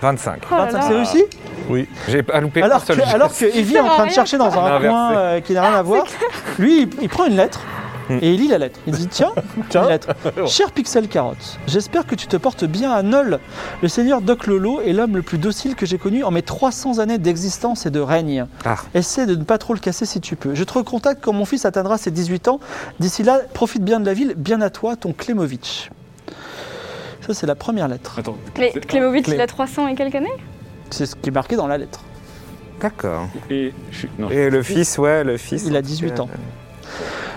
Speaker 5: 25.
Speaker 3: Oh là
Speaker 1: 25,
Speaker 3: là.
Speaker 1: c'est réussi
Speaker 5: J'ai pas loupé
Speaker 1: alors
Speaker 5: un
Speaker 1: que,
Speaker 5: seul geste.
Speaker 1: alors que Evie est en train de
Speaker 3: rien.
Speaker 1: chercher dans
Speaker 5: On a
Speaker 1: un
Speaker 5: inversé.
Speaker 1: coin euh, qui n'a rien à voir, lui, il, il prend une lettre et il lit la lettre. Il dit Tiens, une lettre. Cher Pixel Carotte, j'espère que tu te portes bien à Nol. Le seigneur Doc Lolo est l'homme le plus docile que j'ai connu en mes 300 années d'existence et de règne.
Speaker 5: Ah.
Speaker 1: Essaie de ne pas trop le casser si tu peux. Je te recontacte quand mon fils atteindra ses 18 ans. D'ici là, profite bien de la ville. Bien à toi, ton Klemovic. Ça, c'est la première lettre.
Speaker 2: Attends.
Speaker 3: Mais
Speaker 2: c'est-
Speaker 3: Clémovitch,
Speaker 5: Clé-
Speaker 3: il a 300 et quelques années
Speaker 1: C'est ce qui est marqué dans la lettre.
Speaker 5: D'accord.
Speaker 2: Et je suis- non.
Speaker 5: Et le fils, ouais, le fils.
Speaker 1: Il a 18 ans.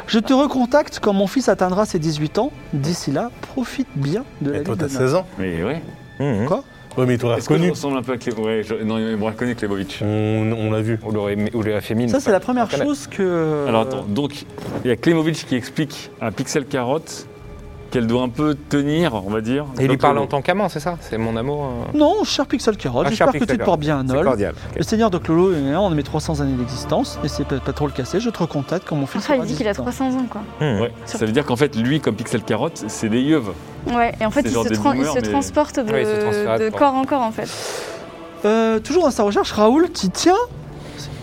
Speaker 1: Je te recontacte quand mon fils atteindra ses 18 ans. D'ici là, profite bien de la
Speaker 4: Et
Speaker 1: vie
Speaker 4: toi,
Speaker 1: de
Speaker 4: t'as
Speaker 1: Nol.
Speaker 4: 16 ans
Speaker 2: Mais ouais.
Speaker 5: Mhm.
Speaker 4: Ouais, mais il t'aurait
Speaker 2: Est-ce qu'on
Speaker 4: reconnu.
Speaker 2: ressemble un peu à Clé... Ouais, je- non, il me reconnaît Klebovic.
Speaker 4: On, on l'a vu.
Speaker 5: Ou le, ou le féminin.
Speaker 1: Ça, c'est la première chose que.
Speaker 2: Alors
Speaker 5: Euh,
Speaker 2: attends, donc il y a Klimovic qui explique à Pixel Carotte qu'elle doit un peu tenir, on va dire.
Speaker 5: Et il lui
Speaker 2: Donc,
Speaker 5: parle
Speaker 2: euh,
Speaker 5: en tant qu'amant, c'est ça C'est mon amour. euh,
Speaker 1: Non, cher Pixel Carotte,
Speaker 5: Ah, cher
Speaker 1: j'espère que tu
Speaker 5: Pixel
Speaker 1: te portes bien à
Speaker 5: C'est
Speaker 1: Nol.
Speaker 5: cordial.
Speaker 1: Le seigneur de Clolo, euh, on est mes 300 années d'existence. N'essaie pas, pas trop le casser. Je te recontacte quand mon fils
Speaker 3: Enfin,
Speaker 1: atteindra
Speaker 3: Ah, il dit qu'il a
Speaker 1: 18 ans.
Speaker 3: 300 ans, quoi.
Speaker 2: euh,
Speaker 5: Hmm.
Speaker 2: Ouais, ça veut dire qu'en fait, lui, comme Pixel Carotte, c'est des yeux.
Speaker 3: Ouais, et en fait,
Speaker 2: C'est
Speaker 3: il se,
Speaker 2: genre des
Speaker 3: tran- il
Speaker 2: boomers,
Speaker 3: se
Speaker 2: mais- Ah
Speaker 3: transporte de,
Speaker 5: Ouais, il se transfère
Speaker 3: de
Speaker 5: de-
Speaker 3: corps en corps, en fait.
Speaker 1: Euh, toujours dans sa recherche, Raoul, tu tiens.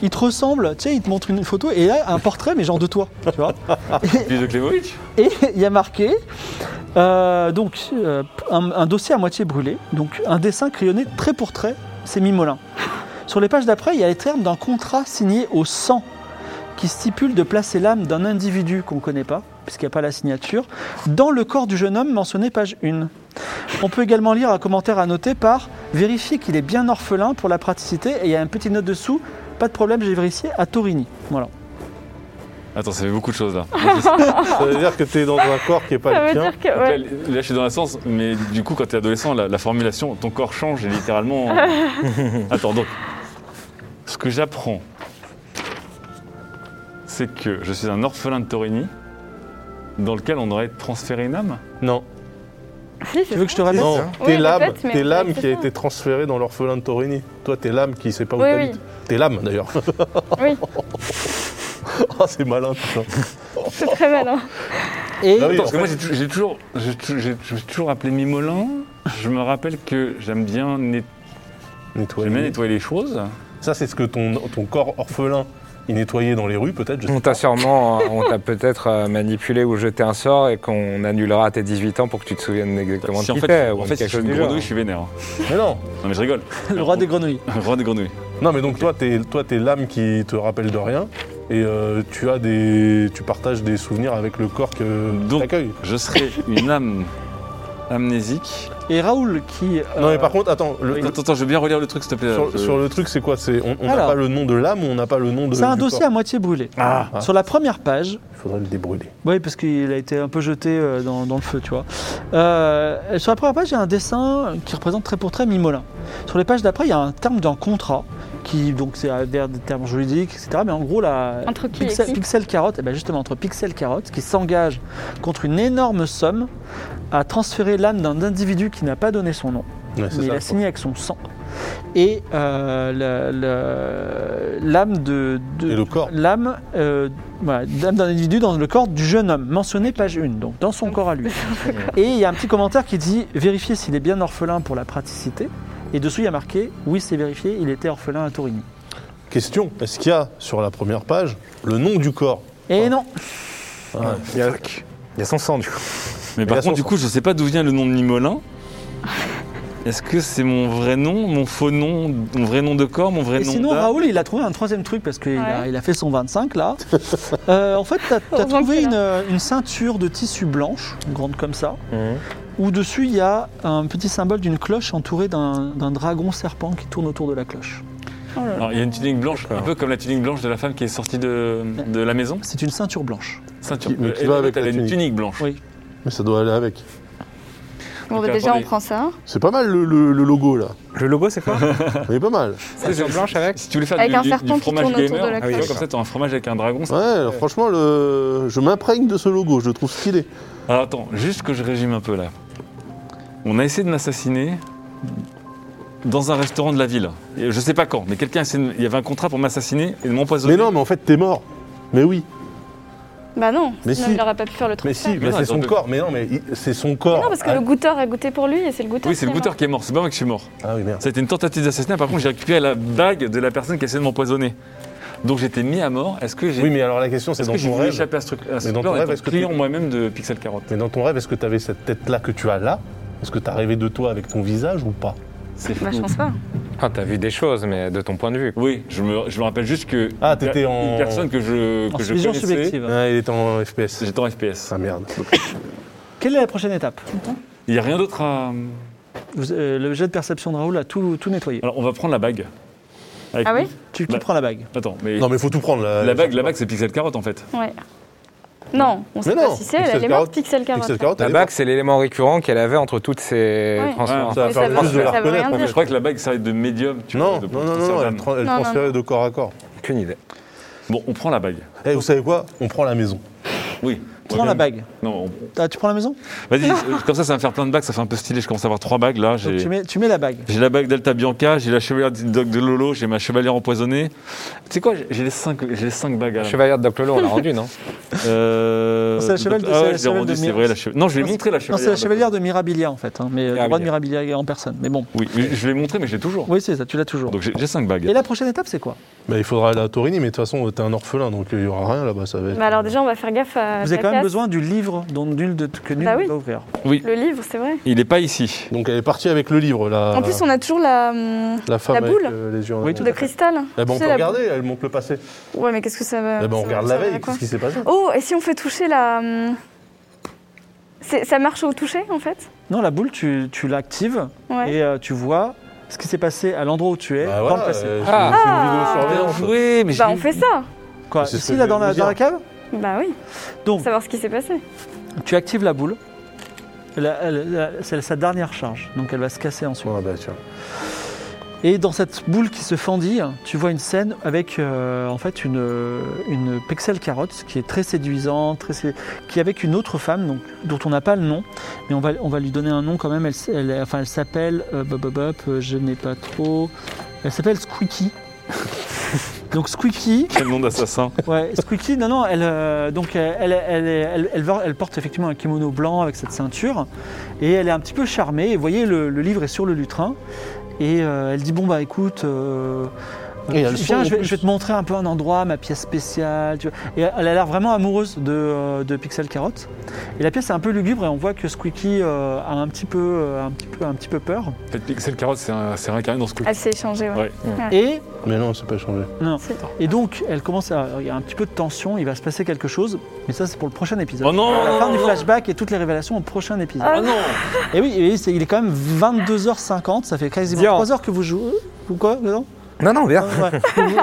Speaker 1: Il te ressemble, tiens, il te montre une photo et là un portrait mais genre de toi, tu vois.
Speaker 2: Fils de Klimovic
Speaker 1: Et il y a marqué euh, donc euh, un, un dossier à moitié brûlé, donc un dessin crayonné trait pour trait, c'est Mimolin. Sur les pages d'après, il y a les termes d'un contrat signé au sang qui stipule de placer l'âme d'un individu qu'on ne connaît pas, puisqu'il n'y a pas la signature, dans le corps du jeune homme mentionné page 1. On peut également lire un commentaire annoté par Vérifier qu'il est bien orphelin pour la praticité, et il y a une petite note dessous, pas de problème, j'ai vérifié, à Torini. Voilà.
Speaker 2: Attends, ça fait beaucoup de choses là. Moi, je sais-
Speaker 4: Ça veut dire que t'es dans un corps qui
Speaker 3: Ça
Speaker 4: est pas le
Speaker 3: veut
Speaker 4: tien.
Speaker 3: dire que.
Speaker 2: Donc Là,
Speaker 3: ouais.
Speaker 2: là, je suis dans la sens, mais du coup, quand t'es adolescent, la, la formulation, ton corps change et littéralement. Attends, donc, ce que j'apprends, c'est que je suis un orphelin de Torini, dans lequel on devrait transférer une âme.
Speaker 4: Non,
Speaker 3: Si,
Speaker 1: Tu
Speaker 3: c'est
Speaker 1: veux que je te répète
Speaker 4: non.
Speaker 3: Oui,
Speaker 4: T'es
Speaker 3: mais
Speaker 4: l'âme,
Speaker 3: peut-être, mais
Speaker 4: t'es l'âme
Speaker 3: peut-être
Speaker 4: qui a
Speaker 3: ça.
Speaker 4: été transférée dans l'orphelin de Torini. Toi, t'es l'âme qui sait pas où
Speaker 3: Oui,
Speaker 4: t'habites. T'es l'âme d'ailleurs.
Speaker 3: Oui,
Speaker 4: Ah, c'est malin tout ça.
Speaker 3: c'est très mal. hein.
Speaker 1: Et
Speaker 4: Non, mais
Speaker 2: Attends, parce
Speaker 4: en
Speaker 2: que moi,
Speaker 4: fait-
Speaker 2: j'ai tou- j'ai toujours, j'ai tou- j'ai- je me suis toujours appelé Mimolin. Je me rappelle que j'aime bien, net-
Speaker 4: Nettoyer.
Speaker 2: j'aime bien nettoyer les choses.
Speaker 4: Ça, c'est ce que ton, ton corps orphelin est nettoyé dans les rues, peut-être. je sais
Speaker 5: On t'a sûrement, euh, on t'a peut-être euh, manipulé ou jeté un sort et qu'on annulera à tes 18 ans pour que tu te souviennes exactement de
Speaker 2: Si, en
Speaker 5: qui
Speaker 2: fait,
Speaker 5: t'es
Speaker 2: en
Speaker 5: ou
Speaker 2: fait, si je
Speaker 5: quelque
Speaker 2: suis
Speaker 5: chose
Speaker 2: une
Speaker 5: du genre.
Speaker 2: grenouille, je suis vénère.
Speaker 4: pas. Mais non.
Speaker 2: Non, mais je rigole.
Speaker 1: le roi des grenouilles.
Speaker 2: Roi des grenouilles.
Speaker 4: Non, mais donc toi, t'es, toi, t'es l'âme qui te rappelle de rien. Et euh, tu as des, tu partages des souvenirs avec le corps que
Speaker 2: Donc-
Speaker 4: t'accueilles.
Speaker 2: Je serai une âme amnésique.
Speaker 1: Et Raoul qui.
Speaker 4: Non, mais
Speaker 1: euh,
Speaker 4: par contre, attends. le-
Speaker 2: Attends, attends, je veux bien relire le truc, s'il te plaît.
Speaker 4: sur,
Speaker 2: Je-
Speaker 4: sur le truc, c'est quoi C'est on on n'a
Speaker 1: Alors.
Speaker 4: pas le nom de l'âme, ou on n'a pas le nom de.
Speaker 1: C'est un
Speaker 4: Euh, du
Speaker 1: dossier à
Speaker 4: corps
Speaker 1: moitié brûlé.
Speaker 4: Ah,
Speaker 1: Sur la première page,
Speaker 4: il faudrait le débrûler.
Speaker 1: oui, parce qu'il a été un peu jeté euh, dans, dans le feu, tu vois. Euh, sur la première page, il y a un dessin qui représente très pour trait Mimolin. Sur les pages d'après, il y a un terme d'un contrat, qui donc c'est à- vers des termes juridiques, etc. Mais en gros, la
Speaker 3: Entre qui et
Speaker 1: Pixel,
Speaker 3: qui
Speaker 1: Pixel Carotte, et ben justement entre Pixel Carotte, qui s'engage contre une énorme somme à transférer l'âme d'un individu qui n'a pas donné son nom.
Speaker 4: Ouais, c'est
Speaker 1: mais il
Speaker 4: ça.
Speaker 1: a signé avec son sang. Et euh, le- le- l'âme de, de-
Speaker 4: Et le corps.
Speaker 1: l'âme euh, voilà, l'âme d'un individu dans le corps du jeune homme, mentionné page 1, donc dans son corps à lui. Et il y a un petit commentaire qui dit vérifier s'il est bien orphelin pour la praticité. Et dessous il y a marqué oui c'est vérifié, il était orphelin à Torini.
Speaker 4: Question est-ce qu'il y a sur la première page le nom du corps
Speaker 1: Et non,
Speaker 4: Ah,
Speaker 5: Il y, a, il y a son sang du coup.
Speaker 2: Euh, Mais par
Speaker 4: la
Speaker 2: contre,
Speaker 4: sauce,
Speaker 2: du coup, je sais pas d'où vient le nom de Mimolin. Est-ce que c'est mon vrai nom, mon faux nom, mon vrai nom de corps, mon vrai
Speaker 1: et
Speaker 2: nom
Speaker 1: sinon
Speaker 2: d'âme
Speaker 1: Raoul il a trouvé un troisième truc parce qu'il a,
Speaker 3: Ouais.
Speaker 1: il a fait son 25 là. Euh, en fait t'as as
Speaker 3: Heureusement
Speaker 1: trouvé euh,
Speaker 3: qu'il est
Speaker 2: Mhm.
Speaker 1: une, une ceinture de tissu blanche, grande comme ça, Où-dessus, il y a un petit symbole d'une cloche entourée d'un d'un dragon serpent qui tourne autour de la cloche.
Speaker 3: Oh là là.
Speaker 2: Alors, il y a une tunique blanche, un
Speaker 5: D'accord.
Speaker 2: peu comme la tunique blanche de la femme qui est sortie de, de la maison.
Speaker 1: C'est une ceinture blanche.
Speaker 2: Ceinture.
Speaker 4: Qui- mais qui
Speaker 2: Et
Speaker 4: va
Speaker 2: en fait,
Speaker 4: avec
Speaker 2: elle
Speaker 4: la
Speaker 2: a une
Speaker 4: tunique.
Speaker 2: tunique blanche.
Speaker 1: Oui.
Speaker 4: Mais ça doit aller avec.
Speaker 3: Bon,
Speaker 2: Donc,
Speaker 3: bah, déjà, on
Speaker 2: attendez.
Speaker 3: prend ça.
Speaker 4: C'est pas mal le, le- le logo là.
Speaker 5: Le logo, c'est quoi
Speaker 4: Il est pas mal.
Speaker 5: Ceinture blanche avec
Speaker 2: Si tu voulais faire
Speaker 3: Avec
Speaker 2: du,
Speaker 3: un
Speaker 2: du-
Speaker 3: serpent
Speaker 2: du
Speaker 3: qui
Speaker 2: fromage
Speaker 3: tourne autour
Speaker 2: gamer,
Speaker 3: de la
Speaker 2: tu vois,
Speaker 5: cloche.
Speaker 2: comme ça, t'as un fromage avec un dragon. ça-
Speaker 4: Ouais, alors franchement, le... je m'imprègne de ce logo, je le trouve stylé.
Speaker 2: Alors ah, attends, juste que je résume un peu là. On a essayé de m'assassiner dans un restaurant de la ville. Et je sais pas quand, mais quelqu'un, a essayé de- il y avait un contrat pour m'assassiner et de m'empoisonner.
Speaker 4: Mais non, mais en fait, t'es mort. Mais oui.
Speaker 3: Bah non,
Speaker 4: Mais
Speaker 3: sinon
Speaker 4: si.
Speaker 3: il n'aurait pas pu faire le truc.
Speaker 4: Mais si, Ah. mais
Speaker 2: non,
Speaker 4: c'est
Speaker 2: ils ont
Speaker 4: son
Speaker 2: deux.
Speaker 4: corps. Mais non, mais il- c'est son corps.
Speaker 3: Non, parce que le goûteur a goûté pour lui et c'est le goûteur.
Speaker 2: Oui, c'est le
Speaker 3: qui est
Speaker 2: goûteur
Speaker 3: mort.
Speaker 2: qui est mort, c'est pas moi que je suis mort.
Speaker 4: Ah oui, merde.
Speaker 2: Ça a été une tentative d'assassinat, par contre j'ai récupéré la bague de la personne qui a essayé de m'empoisonner. Donc j'étais mis à mort. Est-ce que j'ai
Speaker 4: Oui, mais alors la question, c'est
Speaker 2: est-ce
Speaker 4: dans
Speaker 2: que j'ai
Speaker 4: ton
Speaker 2: voulu
Speaker 4: rêve.
Speaker 2: échapper à ce truc à ce
Speaker 4: Mais dans
Speaker 2: plan
Speaker 4: ton
Speaker 2: en
Speaker 4: rêve,
Speaker 2: étant
Speaker 4: est-ce que
Speaker 2: client
Speaker 4: tu-
Speaker 2: moi-même de Pixel Carotte
Speaker 4: Mais dans ton rêve, est-ce que t'avais cette tête là que tu as là Est-ce que t'as rêvé de toi avec ton visage ou pas
Speaker 2: C'est fou.
Speaker 3: Bah, je pense pas.
Speaker 5: Ah, t'as vu des choses, mais de ton point de vue.
Speaker 2: Oui, je me, je me rappelle juste que
Speaker 4: Ah, t'étais en-
Speaker 2: une personne que je, que
Speaker 1: Alors,
Speaker 2: je
Speaker 1: c'est vision
Speaker 2: connaissais,
Speaker 1: subjective.
Speaker 4: Ah, il est en FPS.
Speaker 2: j'étais en FPS.
Speaker 4: Ah merde.
Speaker 1: Quelle est la prochaine étape
Speaker 2: Il n'y a rien d'autre à...
Speaker 1: Vous- euh, Le jet de perception de Raoul a tout, tout nettoyé.
Speaker 2: Alors on va prendre la bague. Avec-
Speaker 3: Ah oui
Speaker 1: Tu, tu
Speaker 2: bah-
Speaker 1: prends la bague.
Speaker 2: Attends, mais...
Speaker 4: Non, mais euh, faut tout prendre là.
Speaker 2: La bague, la bague, c'est Pixel Carotte en fait.
Speaker 3: Ouais. Non, on sait
Speaker 4: Mais
Speaker 3: pas
Speaker 4: non,
Speaker 3: si c'est elle, elle
Speaker 4: Pixel
Speaker 3: est morte,
Speaker 4: carotte.
Speaker 3: Pixel Carotte.
Speaker 4: Pixel carotte,
Speaker 5: La
Speaker 4: elle est
Speaker 5: bague, c'est l'élément récurrent qu'elle avait entre toutes ces
Speaker 3: Ouais.
Speaker 5: transformations.
Speaker 2: Ouais,
Speaker 4: Ça va
Speaker 3: Mais
Speaker 4: faire
Speaker 3: ça
Speaker 4: plus
Speaker 3: veut-
Speaker 4: de la
Speaker 3: ça veut
Speaker 4: reconnaître.
Speaker 3: rien
Speaker 4: en
Speaker 3: dire.
Speaker 4: fait.
Speaker 2: Je crois que la bague, ça va être de médium. Tu
Speaker 4: Non,
Speaker 2: vois, de-
Speaker 4: non,
Speaker 2: de-
Speaker 4: non,
Speaker 2: de-
Speaker 4: non, non, elle,
Speaker 2: Amsterdam.
Speaker 4: tra- elle
Speaker 3: Non, non,
Speaker 4: transférait de corps à corps.
Speaker 5: Aucune idée.
Speaker 2: Bon, on prend la bague.
Speaker 4: Eh, vous savez quoi On prend la maison.
Speaker 2: Oui.
Speaker 1: Prends la bague.
Speaker 2: Non, on-
Speaker 1: Ah, tu prends la maison
Speaker 2: Vas-y, je- comme ça, ça va me faire plein de bagues, ça fait un peu stylé. Je commence à avoir trois bagues là.
Speaker 1: Donc
Speaker 2: J'ai
Speaker 1: tu mets, tu mets la bague.
Speaker 2: j'ai la bague d'Alta Bianca, j'ai la chevalière du Doc de Lolo, j'ai ma chevalière empoisonnée. Tu sais quoi, j'ai- j'ai les cinq, j'ai les cinq bagues. à la main.
Speaker 5: Chevalier de Doc Lolo, on l'a rendu, non
Speaker 2: Euh,
Speaker 1: C'est la chevalière de- c'est
Speaker 2: Ah
Speaker 1: la
Speaker 2: ouais, je l'ai
Speaker 1: chevalière
Speaker 2: rendu,
Speaker 1: de
Speaker 2: c'est
Speaker 1: Mir-
Speaker 2: vrai. La chevalière. Non, je lui ai
Speaker 1: Non,
Speaker 2: montré la
Speaker 1: Non,
Speaker 2: chevalière.
Speaker 1: c'est la chevalière de Mirabilia en fait, hein, mais euh, le droit de Mirabilia en personne. Mais bon,
Speaker 2: Oui, mais je je l'ai montré, mais je l'ai toujours.
Speaker 1: oui, c'est ça, tu l'as toujours.
Speaker 2: Donc j'ai j'ai cinq bagues.
Speaker 1: Et la prochaine étape, c'est quoi
Speaker 4: Bah, il faudra aller à Torini, mais de toute façon, t'es un orphelin, donc il y aura rien là-bas. Ça va être.
Speaker 3: Bah alors déjà, on va faire gaffe à.
Speaker 1: Vous avez
Speaker 3: la
Speaker 1: quand même
Speaker 3: casse.
Speaker 1: besoin du livre dont nul de, que nul
Speaker 3: Bah oui.
Speaker 1: ne doit ouvrir.
Speaker 2: Oui,
Speaker 3: Le livre, c'est vrai.
Speaker 2: il n'est pas ici.
Speaker 4: Donc elle est partie avec le livre là.
Speaker 3: En plus, on a toujours la, hum,
Speaker 4: la femme
Speaker 3: la boule
Speaker 4: avec, euh, les yeux en
Speaker 1: Oui,
Speaker 4: avant.
Speaker 1: tout
Speaker 3: de cristal.
Speaker 4: Eh ben,
Speaker 3: Tu
Speaker 4: on
Speaker 3: sais,
Speaker 4: peut
Speaker 3: la-
Speaker 4: regarder, elle montre le passé.
Speaker 3: Ouais, mais qu'est-ce que ça va
Speaker 4: Eh ben, on
Speaker 3: ça-
Speaker 4: regarde
Speaker 3: ça
Speaker 4: la
Speaker 3: va
Speaker 4: veille,
Speaker 3: à quoi
Speaker 4: qu'est-ce qui s'est passé
Speaker 3: Oh, et si on fait toucher la. hum, c'est- Ça marche au toucher, en fait
Speaker 1: Non, la boule, tu, tu l'actives
Speaker 3: Ouais.
Speaker 1: et euh, tu vois ce qui s'est passé à l'endroit où tu es
Speaker 4: Bah,
Speaker 1: dans
Speaker 4: voilà,
Speaker 1: le passé.
Speaker 4: euh,
Speaker 5: Ah.
Speaker 4: c'est une
Speaker 3: Ah.
Speaker 4: vidéosurveillance.
Speaker 2: Oui, mais
Speaker 3: Bah, on fait ça
Speaker 1: Quoi
Speaker 4: c'est ce
Speaker 1: Ici,
Speaker 4: que
Speaker 1: là,
Speaker 4: je
Speaker 1: dans la,
Speaker 4: voulais
Speaker 1: dans la cave
Speaker 3: Bah oui.
Speaker 1: Donc,
Speaker 3: Savoir ce qui s'est passé.
Speaker 1: tu actives la boule. La- la- la- C'est sa dernière charge, donc elle va se casser ensuite.
Speaker 4: Ouais, bah, tiens.
Speaker 1: Et dans cette boule qui se fendit, tu vois une scène avec euh, en fait une, une pixel carotte qui est très séduisante, très sé- qui est avec une autre femme donc, dont on n'a pas le nom, mais on va, on va lui donner un nom quand même. Elle, s- elle- enfin, elle s'appelle, euh, bop, bop, bop, euh, je n'ai pas trop. Elle s'appelle Squeaky. donc Squeaky,
Speaker 2: Quel nom d'assassin.
Speaker 1: ouais, Squeaky, non, non, elle, euh, donc elle, elle, elle, elle- elle va- elle porte effectivement un kimono blanc avec cette ceinture et elle est un petit peu charmée. Et vous voyez, le, le livre est sur le lutrin et euh, elle dit Bon, bah écoute, euh,
Speaker 4: Et elle
Speaker 1: viens,
Speaker 4: sort en
Speaker 1: je vais,
Speaker 4: plus.
Speaker 1: je vais te montrer un peu un endroit, ma pièce spéciale. tu vois. Et elle a l'air vraiment amoureuse de, euh, de Pixel Carotte. Et la pièce est un peu lugubre et on voit que Squeaky euh, a un petit, peu, euh, un, petit peu, un petit peu peur.
Speaker 2: Peut-être Pixel Carotte, c'est un- c'est réincarné dans ce coup.
Speaker 3: Elle s'est échangée, ouais.
Speaker 2: Ouais.
Speaker 1: Et
Speaker 4: Mais non, c'est pas changé.
Speaker 1: Et donc, elle commence à. Il y a un petit peu de tension, il va se passer quelque chose, mais ça, c'est pour le prochain épisode.
Speaker 2: Oh non,
Speaker 1: La
Speaker 2: non,
Speaker 1: fin
Speaker 2: non,
Speaker 1: du
Speaker 2: non.
Speaker 1: flashback et toutes les révélations au prochain épisode.
Speaker 3: Ah
Speaker 2: non
Speaker 1: Et oui, et oui, c'est- il est quand même 22h50, ça fait quasiment
Speaker 5: Bien.
Speaker 1: 3 heures que vous jouez. Ou quoi non
Speaker 5: Non, non, bien.
Speaker 1: Ouais.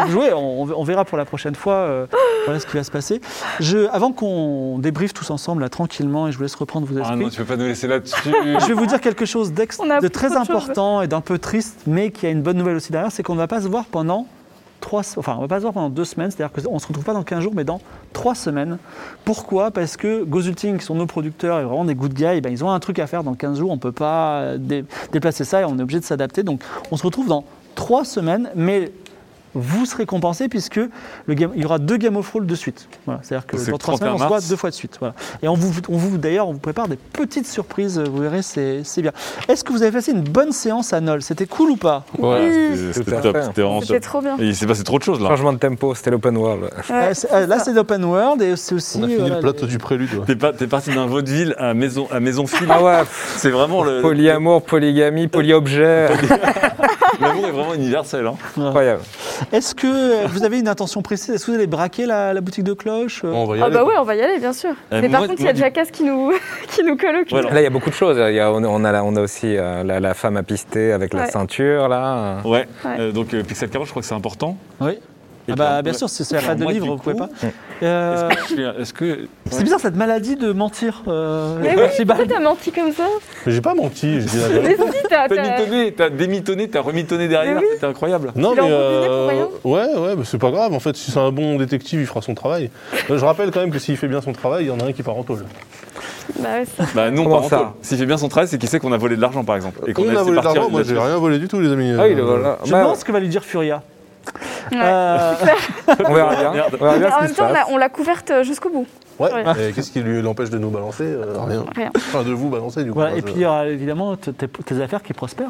Speaker 1: Vous jouez, on, on verra pour la prochaine fois euh, voilà ce qui va se passer. Je, avant qu'on débriefe tous ensemble, là, tranquillement, et je vous laisse reprendre vos
Speaker 2: Ah
Speaker 1: esprits.
Speaker 2: non, tu peux pas nous laisser là-dessus.
Speaker 1: Je vais vous dire quelque chose d'ex-
Speaker 3: On a
Speaker 1: de
Speaker 3: appris
Speaker 1: très
Speaker 3: trop de choses.
Speaker 1: important et d'un peu triste, mais qui a une bonne nouvelle aussi derrière, c'est qu'on ne va pas se voir pendant trois, se- enfin, on va pas se voir pendant deux semaines, c'est-à-dire qu'on ne se retrouve pas dans 15 jours, mais dans trois semaines. Pourquoi Parce que Gozulting, qui sont nos producteurs et vraiment des good guys, ben, ils ont un truc à faire dans 15 jours, on ne peut pas euh, dé- déplacer ça et on est obligé de s'adapter. Donc, on se retrouve dans trois semaines, mais vous serez compensé puisque le game- il y aura deux Game of Roll de suite. Voilà, C'est-à-dire que
Speaker 2: C'est le
Speaker 1: dans trois semaines, on
Speaker 2: 31
Speaker 1: se voit
Speaker 2: mars.
Speaker 1: deux fois de suite. Voilà. Et on vous, on vous d'ailleurs, on vous prépare des petites surprises, vous verrez, c'est c'est bien. Est-ce que vous avez passé une bonne séance à Nol C'était cool ou pas
Speaker 2: Ouais,
Speaker 3: Oui.
Speaker 2: c'était-
Speaker 5: Tout
Speaker 2: c'était
Speaker 5: à
Speaker 2: top,
Speaker 5: fait.
Speaker 2: c'était vraiment
Speaker 3: C'était
Speaker 2: top.
Speaker 3: trop bien.
Speaker 2: Et il s'est passé trop de choses là.
Speaker 5: Changement de tempo, c'était l'open world.
Speaker 3: Ouais.
Speaker 1: Euh, c'est- euh, Là, c'est l'open world et c'est aussi.
Speaker 4: On a fini
Speaker 1: voilà,
Speaker 4: le plateau
Speaker 1: les-
Speaker 4: du prélude. ouais.
Speaker 2: T'es pas- t'es parti d'un vaudeville à maison à maison film.
Speaker 5: Ah ouais, pff,
Speaker 2: C'est vraiment le
Speaker 5: polyamour, polygamie, polyobjet,
Speaker 2: l'amour est vraiment universel. hein.
Speaker 5: incroyable.
Speaker 1: Est-ce que vous avez une intention précise Est-ce que vous allez braquer la, la boutique de cloche
Speaker 4: Bon, on va y
Speaker 3: Ah
Speaker 4: aller.
Speaker 3: bah ouais, on va y aller, bien sûr.
Speaker 2: Euh,
Speaker 3: Mais par
Speaker 2: moi-
Speaker 3: contre, il y
Speaker 2: moi,
Speaker 3: a
Speaker 2: du-
Speaker 3: déjà Cass qui nous, qui nous colloque.
Speaker 2: Voilà.
Speaker 5: Là, il y a beaucoup de choses. Il y a- on, on a, la- on a aussi euh, la, la femme à pister avec la
Speaker 3: Ouais.
Speaker 5: ceinture, là.
Speaker 2: Ouais,
Speaker 3: Ouais.
Speaker 2: Euh, donc euh, Pixel Carotte, je crois que c'est important.
Speaker 1: Oui.
Speaker 2: Et
Speaker 1: Ah bah,
Speaker 2: puis,
Speaker 1: bien
Speaker 2: ouais.
Speaker 1: sûr, si c'est la fin de
Speaker 2: Moi,
Speaker 1: livre,
Speaker 2: du
Speaker 1: vous pouvez
Speaker 2: coup,
Speaker 1: pas. Euh,
Speaker 2: Est-ce que- Est-ce que.
Speaker 1: c'est bizarre cette maladie de mentir. euh,
Speaker 3: Mais oui,
Speaker 1: Archibald.
Speaker 3: pourquoi t'as menti comme ça
Speaker 4: Mais j'ai pas menti, je dis la vérité.
Speaker 3: Mais si, t'as...
Speaker 2: T'as
Speaker 3: t'as-
Speaker 2: mitonné, t'as démitonné, t'as remitonné derrière,
Speaker 3: Mais oui.
Speaker 2: c'était incroyable.
Speaker 4: Non,
Speaker 3: Il a
Speaker 4: mais.
Speaker 3: embobbiné pour rien.
Speaker 4: ouais, ouais, bah, c'est pas grave. En fait, si c'est un bon détective, il fera son travail. Euh, Je rappelle quand même que s'il fait bien son travail, il y en a un qui part en tôle.
Speaker 3: Bah ouais, ça-
Speaker 2: Bah non,
Speaker 5: Comment
Speaker 2: pas en
Speaker 5: ça
Speaker 2: tôle. S'il fait bien son travail, c'est qu'il sait qu'on a volé de l'argent par exemple.
Speaker 4: on
Speaker 2: a
Speaker 4: a
Speaker 2: laissé
Speaker 4: volé de
Speaker 2: partir
Speaker 4: l'argent, moi
Speaker 2: la-
Speaker 4: j'ai rien volé du tout, les amis.
Speaker 5: Ah, il est
Speaker 4: Euh,
Speaker 5: voilà.
Speaker 1: Je
Speaker 5: Bah,
Speaker 1: pense ce que va lui dire Furia.
Speaker 3: Ouais.
Speaker 1: Euh,
Speaker 5: On verra bien.
Speaker 2: Merde.
Speaker 5: On verra
Speaker 3: Mais
Speaker 5: bien
Speaker 3: en
Speaker 5: ce qui
Speaker 3: même
Speaker 5: se
Speaker 3: temps, on
Speaker 5: passe.
Speaker 3: l'a- on l'a couverte euh, jusqu'au bout.
Speaker 4: Ouais.
Speaker 3: Ouais.
Speaker 4: Et qu'est-ce qui lui l'empêche de nous balancer Euh, Rien.
Speaker 3: Rien.
Speaker 4: Enfin, de vous balancer, du coup.
Speaker 1: voilà,
Speaker 4: Moi,
Speaker 1: et
Speaker 4: je-
Speaker 1: puis il y aura évidemment t- tes, tes affaires qui prospèrent.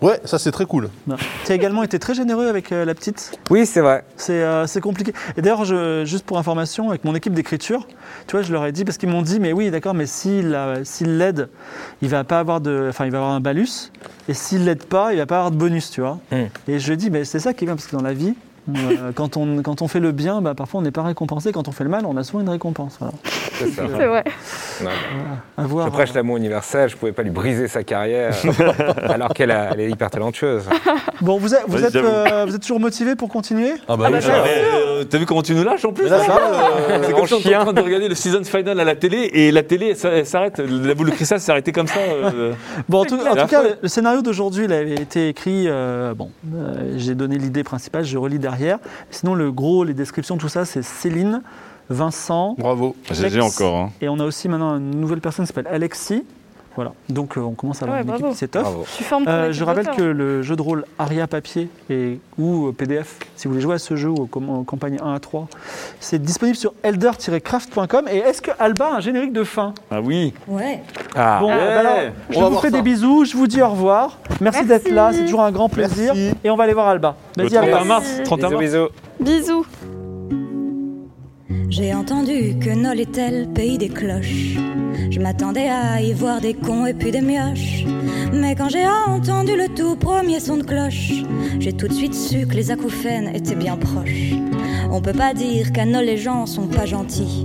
Speaker 4: Ouais, ça c'est très cool.
Speaker 1: Non. Tu as également été très généreux avec euh, la petite.
Speaker 5: Oui, c'est vrai.
Speaker 1: C'est euh, c'est compliqué. Et d'ailleurs, je- juste pour information, avec mon équipe d'écriture, tu vois, je leur ai dit, parce qu'ils m'ont dit, mais oui, d'accord, mais s'il a- s'il l'aide, il va pas avoir de. Enfin, il va avoir un malus. Et s'il l'aide pas, il va pas avoir de bonus, tu vois.
Speaker 5: Hmm.
Speaker 1: Et je dis, mais c'est ça qui est bien, parce que dans la vie. euh, quand, on, quand on fait le bien, bah, parfois on n'est pas récompensé. Quand on fait le mal, on a souvent une récompense. Voilà.
Speaker 5: C'est ça.
Speaker 3: C'est vrai.
Speaker 5: Non,
Speaker 1: À voir,
Speaker 5: Je prêche l'amour universel, je pouvais pas lui briser sa carrière alors qu'elle a- elle est hyper talentueuse.
Speaker 1: euh. Bon, vous êtes, vous,
Speaker 2: Vas-y,
Speaker 1: êtes,
Speaker 2: j'avoue.
Speaker 1: euh, vous êtes toujours motivé pour continuer
Speaker 4: Ah bah, oui,
Speaker 2: Ah, mais, euh, T'as vu comment tu nous lâches en plus
Speaker 4: Mais là,
Speaker 2: hein
Speaker 4: ça va, euh,
Speaker 2: C'est
Speaker 5: en
Speaker 2: comme si on était
Speaker 5: chien.
Speaker 2: en train de regarder le season final à la télé et la télé elle s'a- elle s'arrête. La boule de cristal s'est arrêtée comme ça. euh.
Speaker 1: Bon, en tout, en
Speaker 2: La
Speaker 1: tout cas,
Speaker 2: fois-
Speaker 1: le, le scénario d'aujourd'hui, il avait été écrit. euh, bon, euh, j'ai donné l'idée principale, je relis derrière. Sinon, le gros, les descriptions, tout ça, c'est Céline, Vincent,
Speaker 4: Bravo.
Speaker 2: GG encore. hein.
Speaker 1: et on a aussi maintenant une nouvelle personne qui s'appelle Alexis. Voilà, donc euh, on commence à avoir
Speaker 3: Ouais,
Speaker 1: une
Speaker 3: bravo.
Speaker 1: équipe, c'est top.
Speaker 5: Bravo.
Speaker 3: Tu formes ton
Speaker 1: Euh,
Speaker 3: équipe
Speaker 1: je rappelle
Speaker 3: d'auteurs.
Speaker 1: que le jeu de rôle Aria Papier et, ou euh, PDF, si vous voulez jouer à ce jeu ou aux com- aux campagnes 1 à 3, c'est disponible sur elder-craft.com. Et est-ce que Alba a un générique de fin
Speaker 2: Ah oui.
Speaker 6: Ouais.
Speaker 5: Ah,
Speaker 1: Bon,
Speaker 2: Ouais.
Speaker 1: bah alors, je
Speaker 4: Eh. On va
Speaker 1: vous
Speaker 4: voir
Speaker 1: fais
Speaker 4: ça.
Speaker 1: des bisous, je vous dis au revoir. Merci,
Speaker 3: Merci.
Speaker 1: d'être là, c'est toujours un grand plaisir.
Speaker 4: Merci.
Speaker 1: Et on va aller voir Alba.
Speaker 2: Le
Speaker 1: Vas-y, Alba.
Speaker 2: 31 mars. 31
Speaker 5: bisous,
Speaker 2: mars.
Speaker 3: Bisous.
Speaker 5: bisous.
Speaker 6: J'ai entendu que Nol était le pays des cloches. Je m'attendais à y voir des cons et puis des mioches. Mais quand j'ai entendu le tout premier son de cloche, j'ai tout de suite su que les acouphènes étaient bien proches. On peut pas dire qu'à Nol les gens sont pas gentils,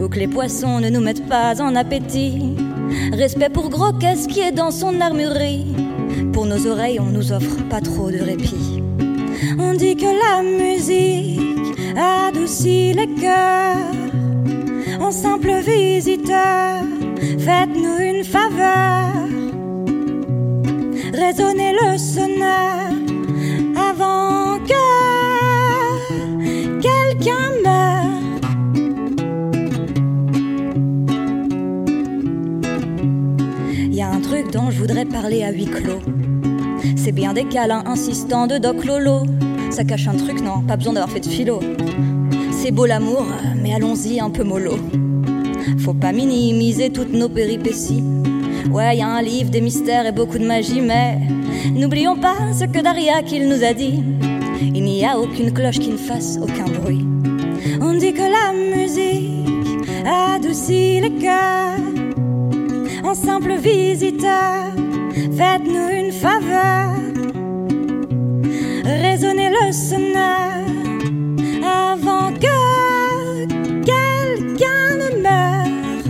Speaker 6: ou que les poissons ne nous mettent pas en appétit. Respect pour gros qu'est-ce qui est dans son armurerie. Pour nos oreilles, on nous offre pas trop de répit. On dit que la musique adoucit les cœurs. En simple visiteur, faites-nous une faveur. Résonnez le sonneur avant que quelqu'un meure. Il y a un truc dont je voudrais parler à huis clos. C'est bien des câlins insistants de Doc Lolo. Ça cache un truc, non Pas besoin d'avoir fait de philo. C'est beau l'amour, mais allons-y un peu mollo. Faut pas minimiser toutes nos péripéties. Ouais, y a un livre, des mystères et beaucoup de magie, mais n'oublions pas ce que Daria qu'il nous a dit. Il n'y a aucune cloche qui ne fasse aucun bruit. On dit que la musique adoucit les cœurs en simple visiteur. Faites-nous une faveur, raisonnez le sonneur avant que quelqu'un ne meure.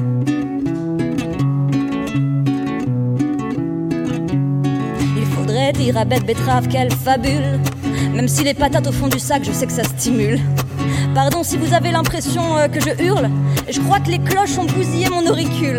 Speaker 6: Il faudrait dire à Bête Betterave qu'elle fabule. Même si les patates au fond du sac, je sais que ça stimule. Pardon si vous avez l'impression euh, que je hurle, je crois que les cloches ont bousillé mon auricule.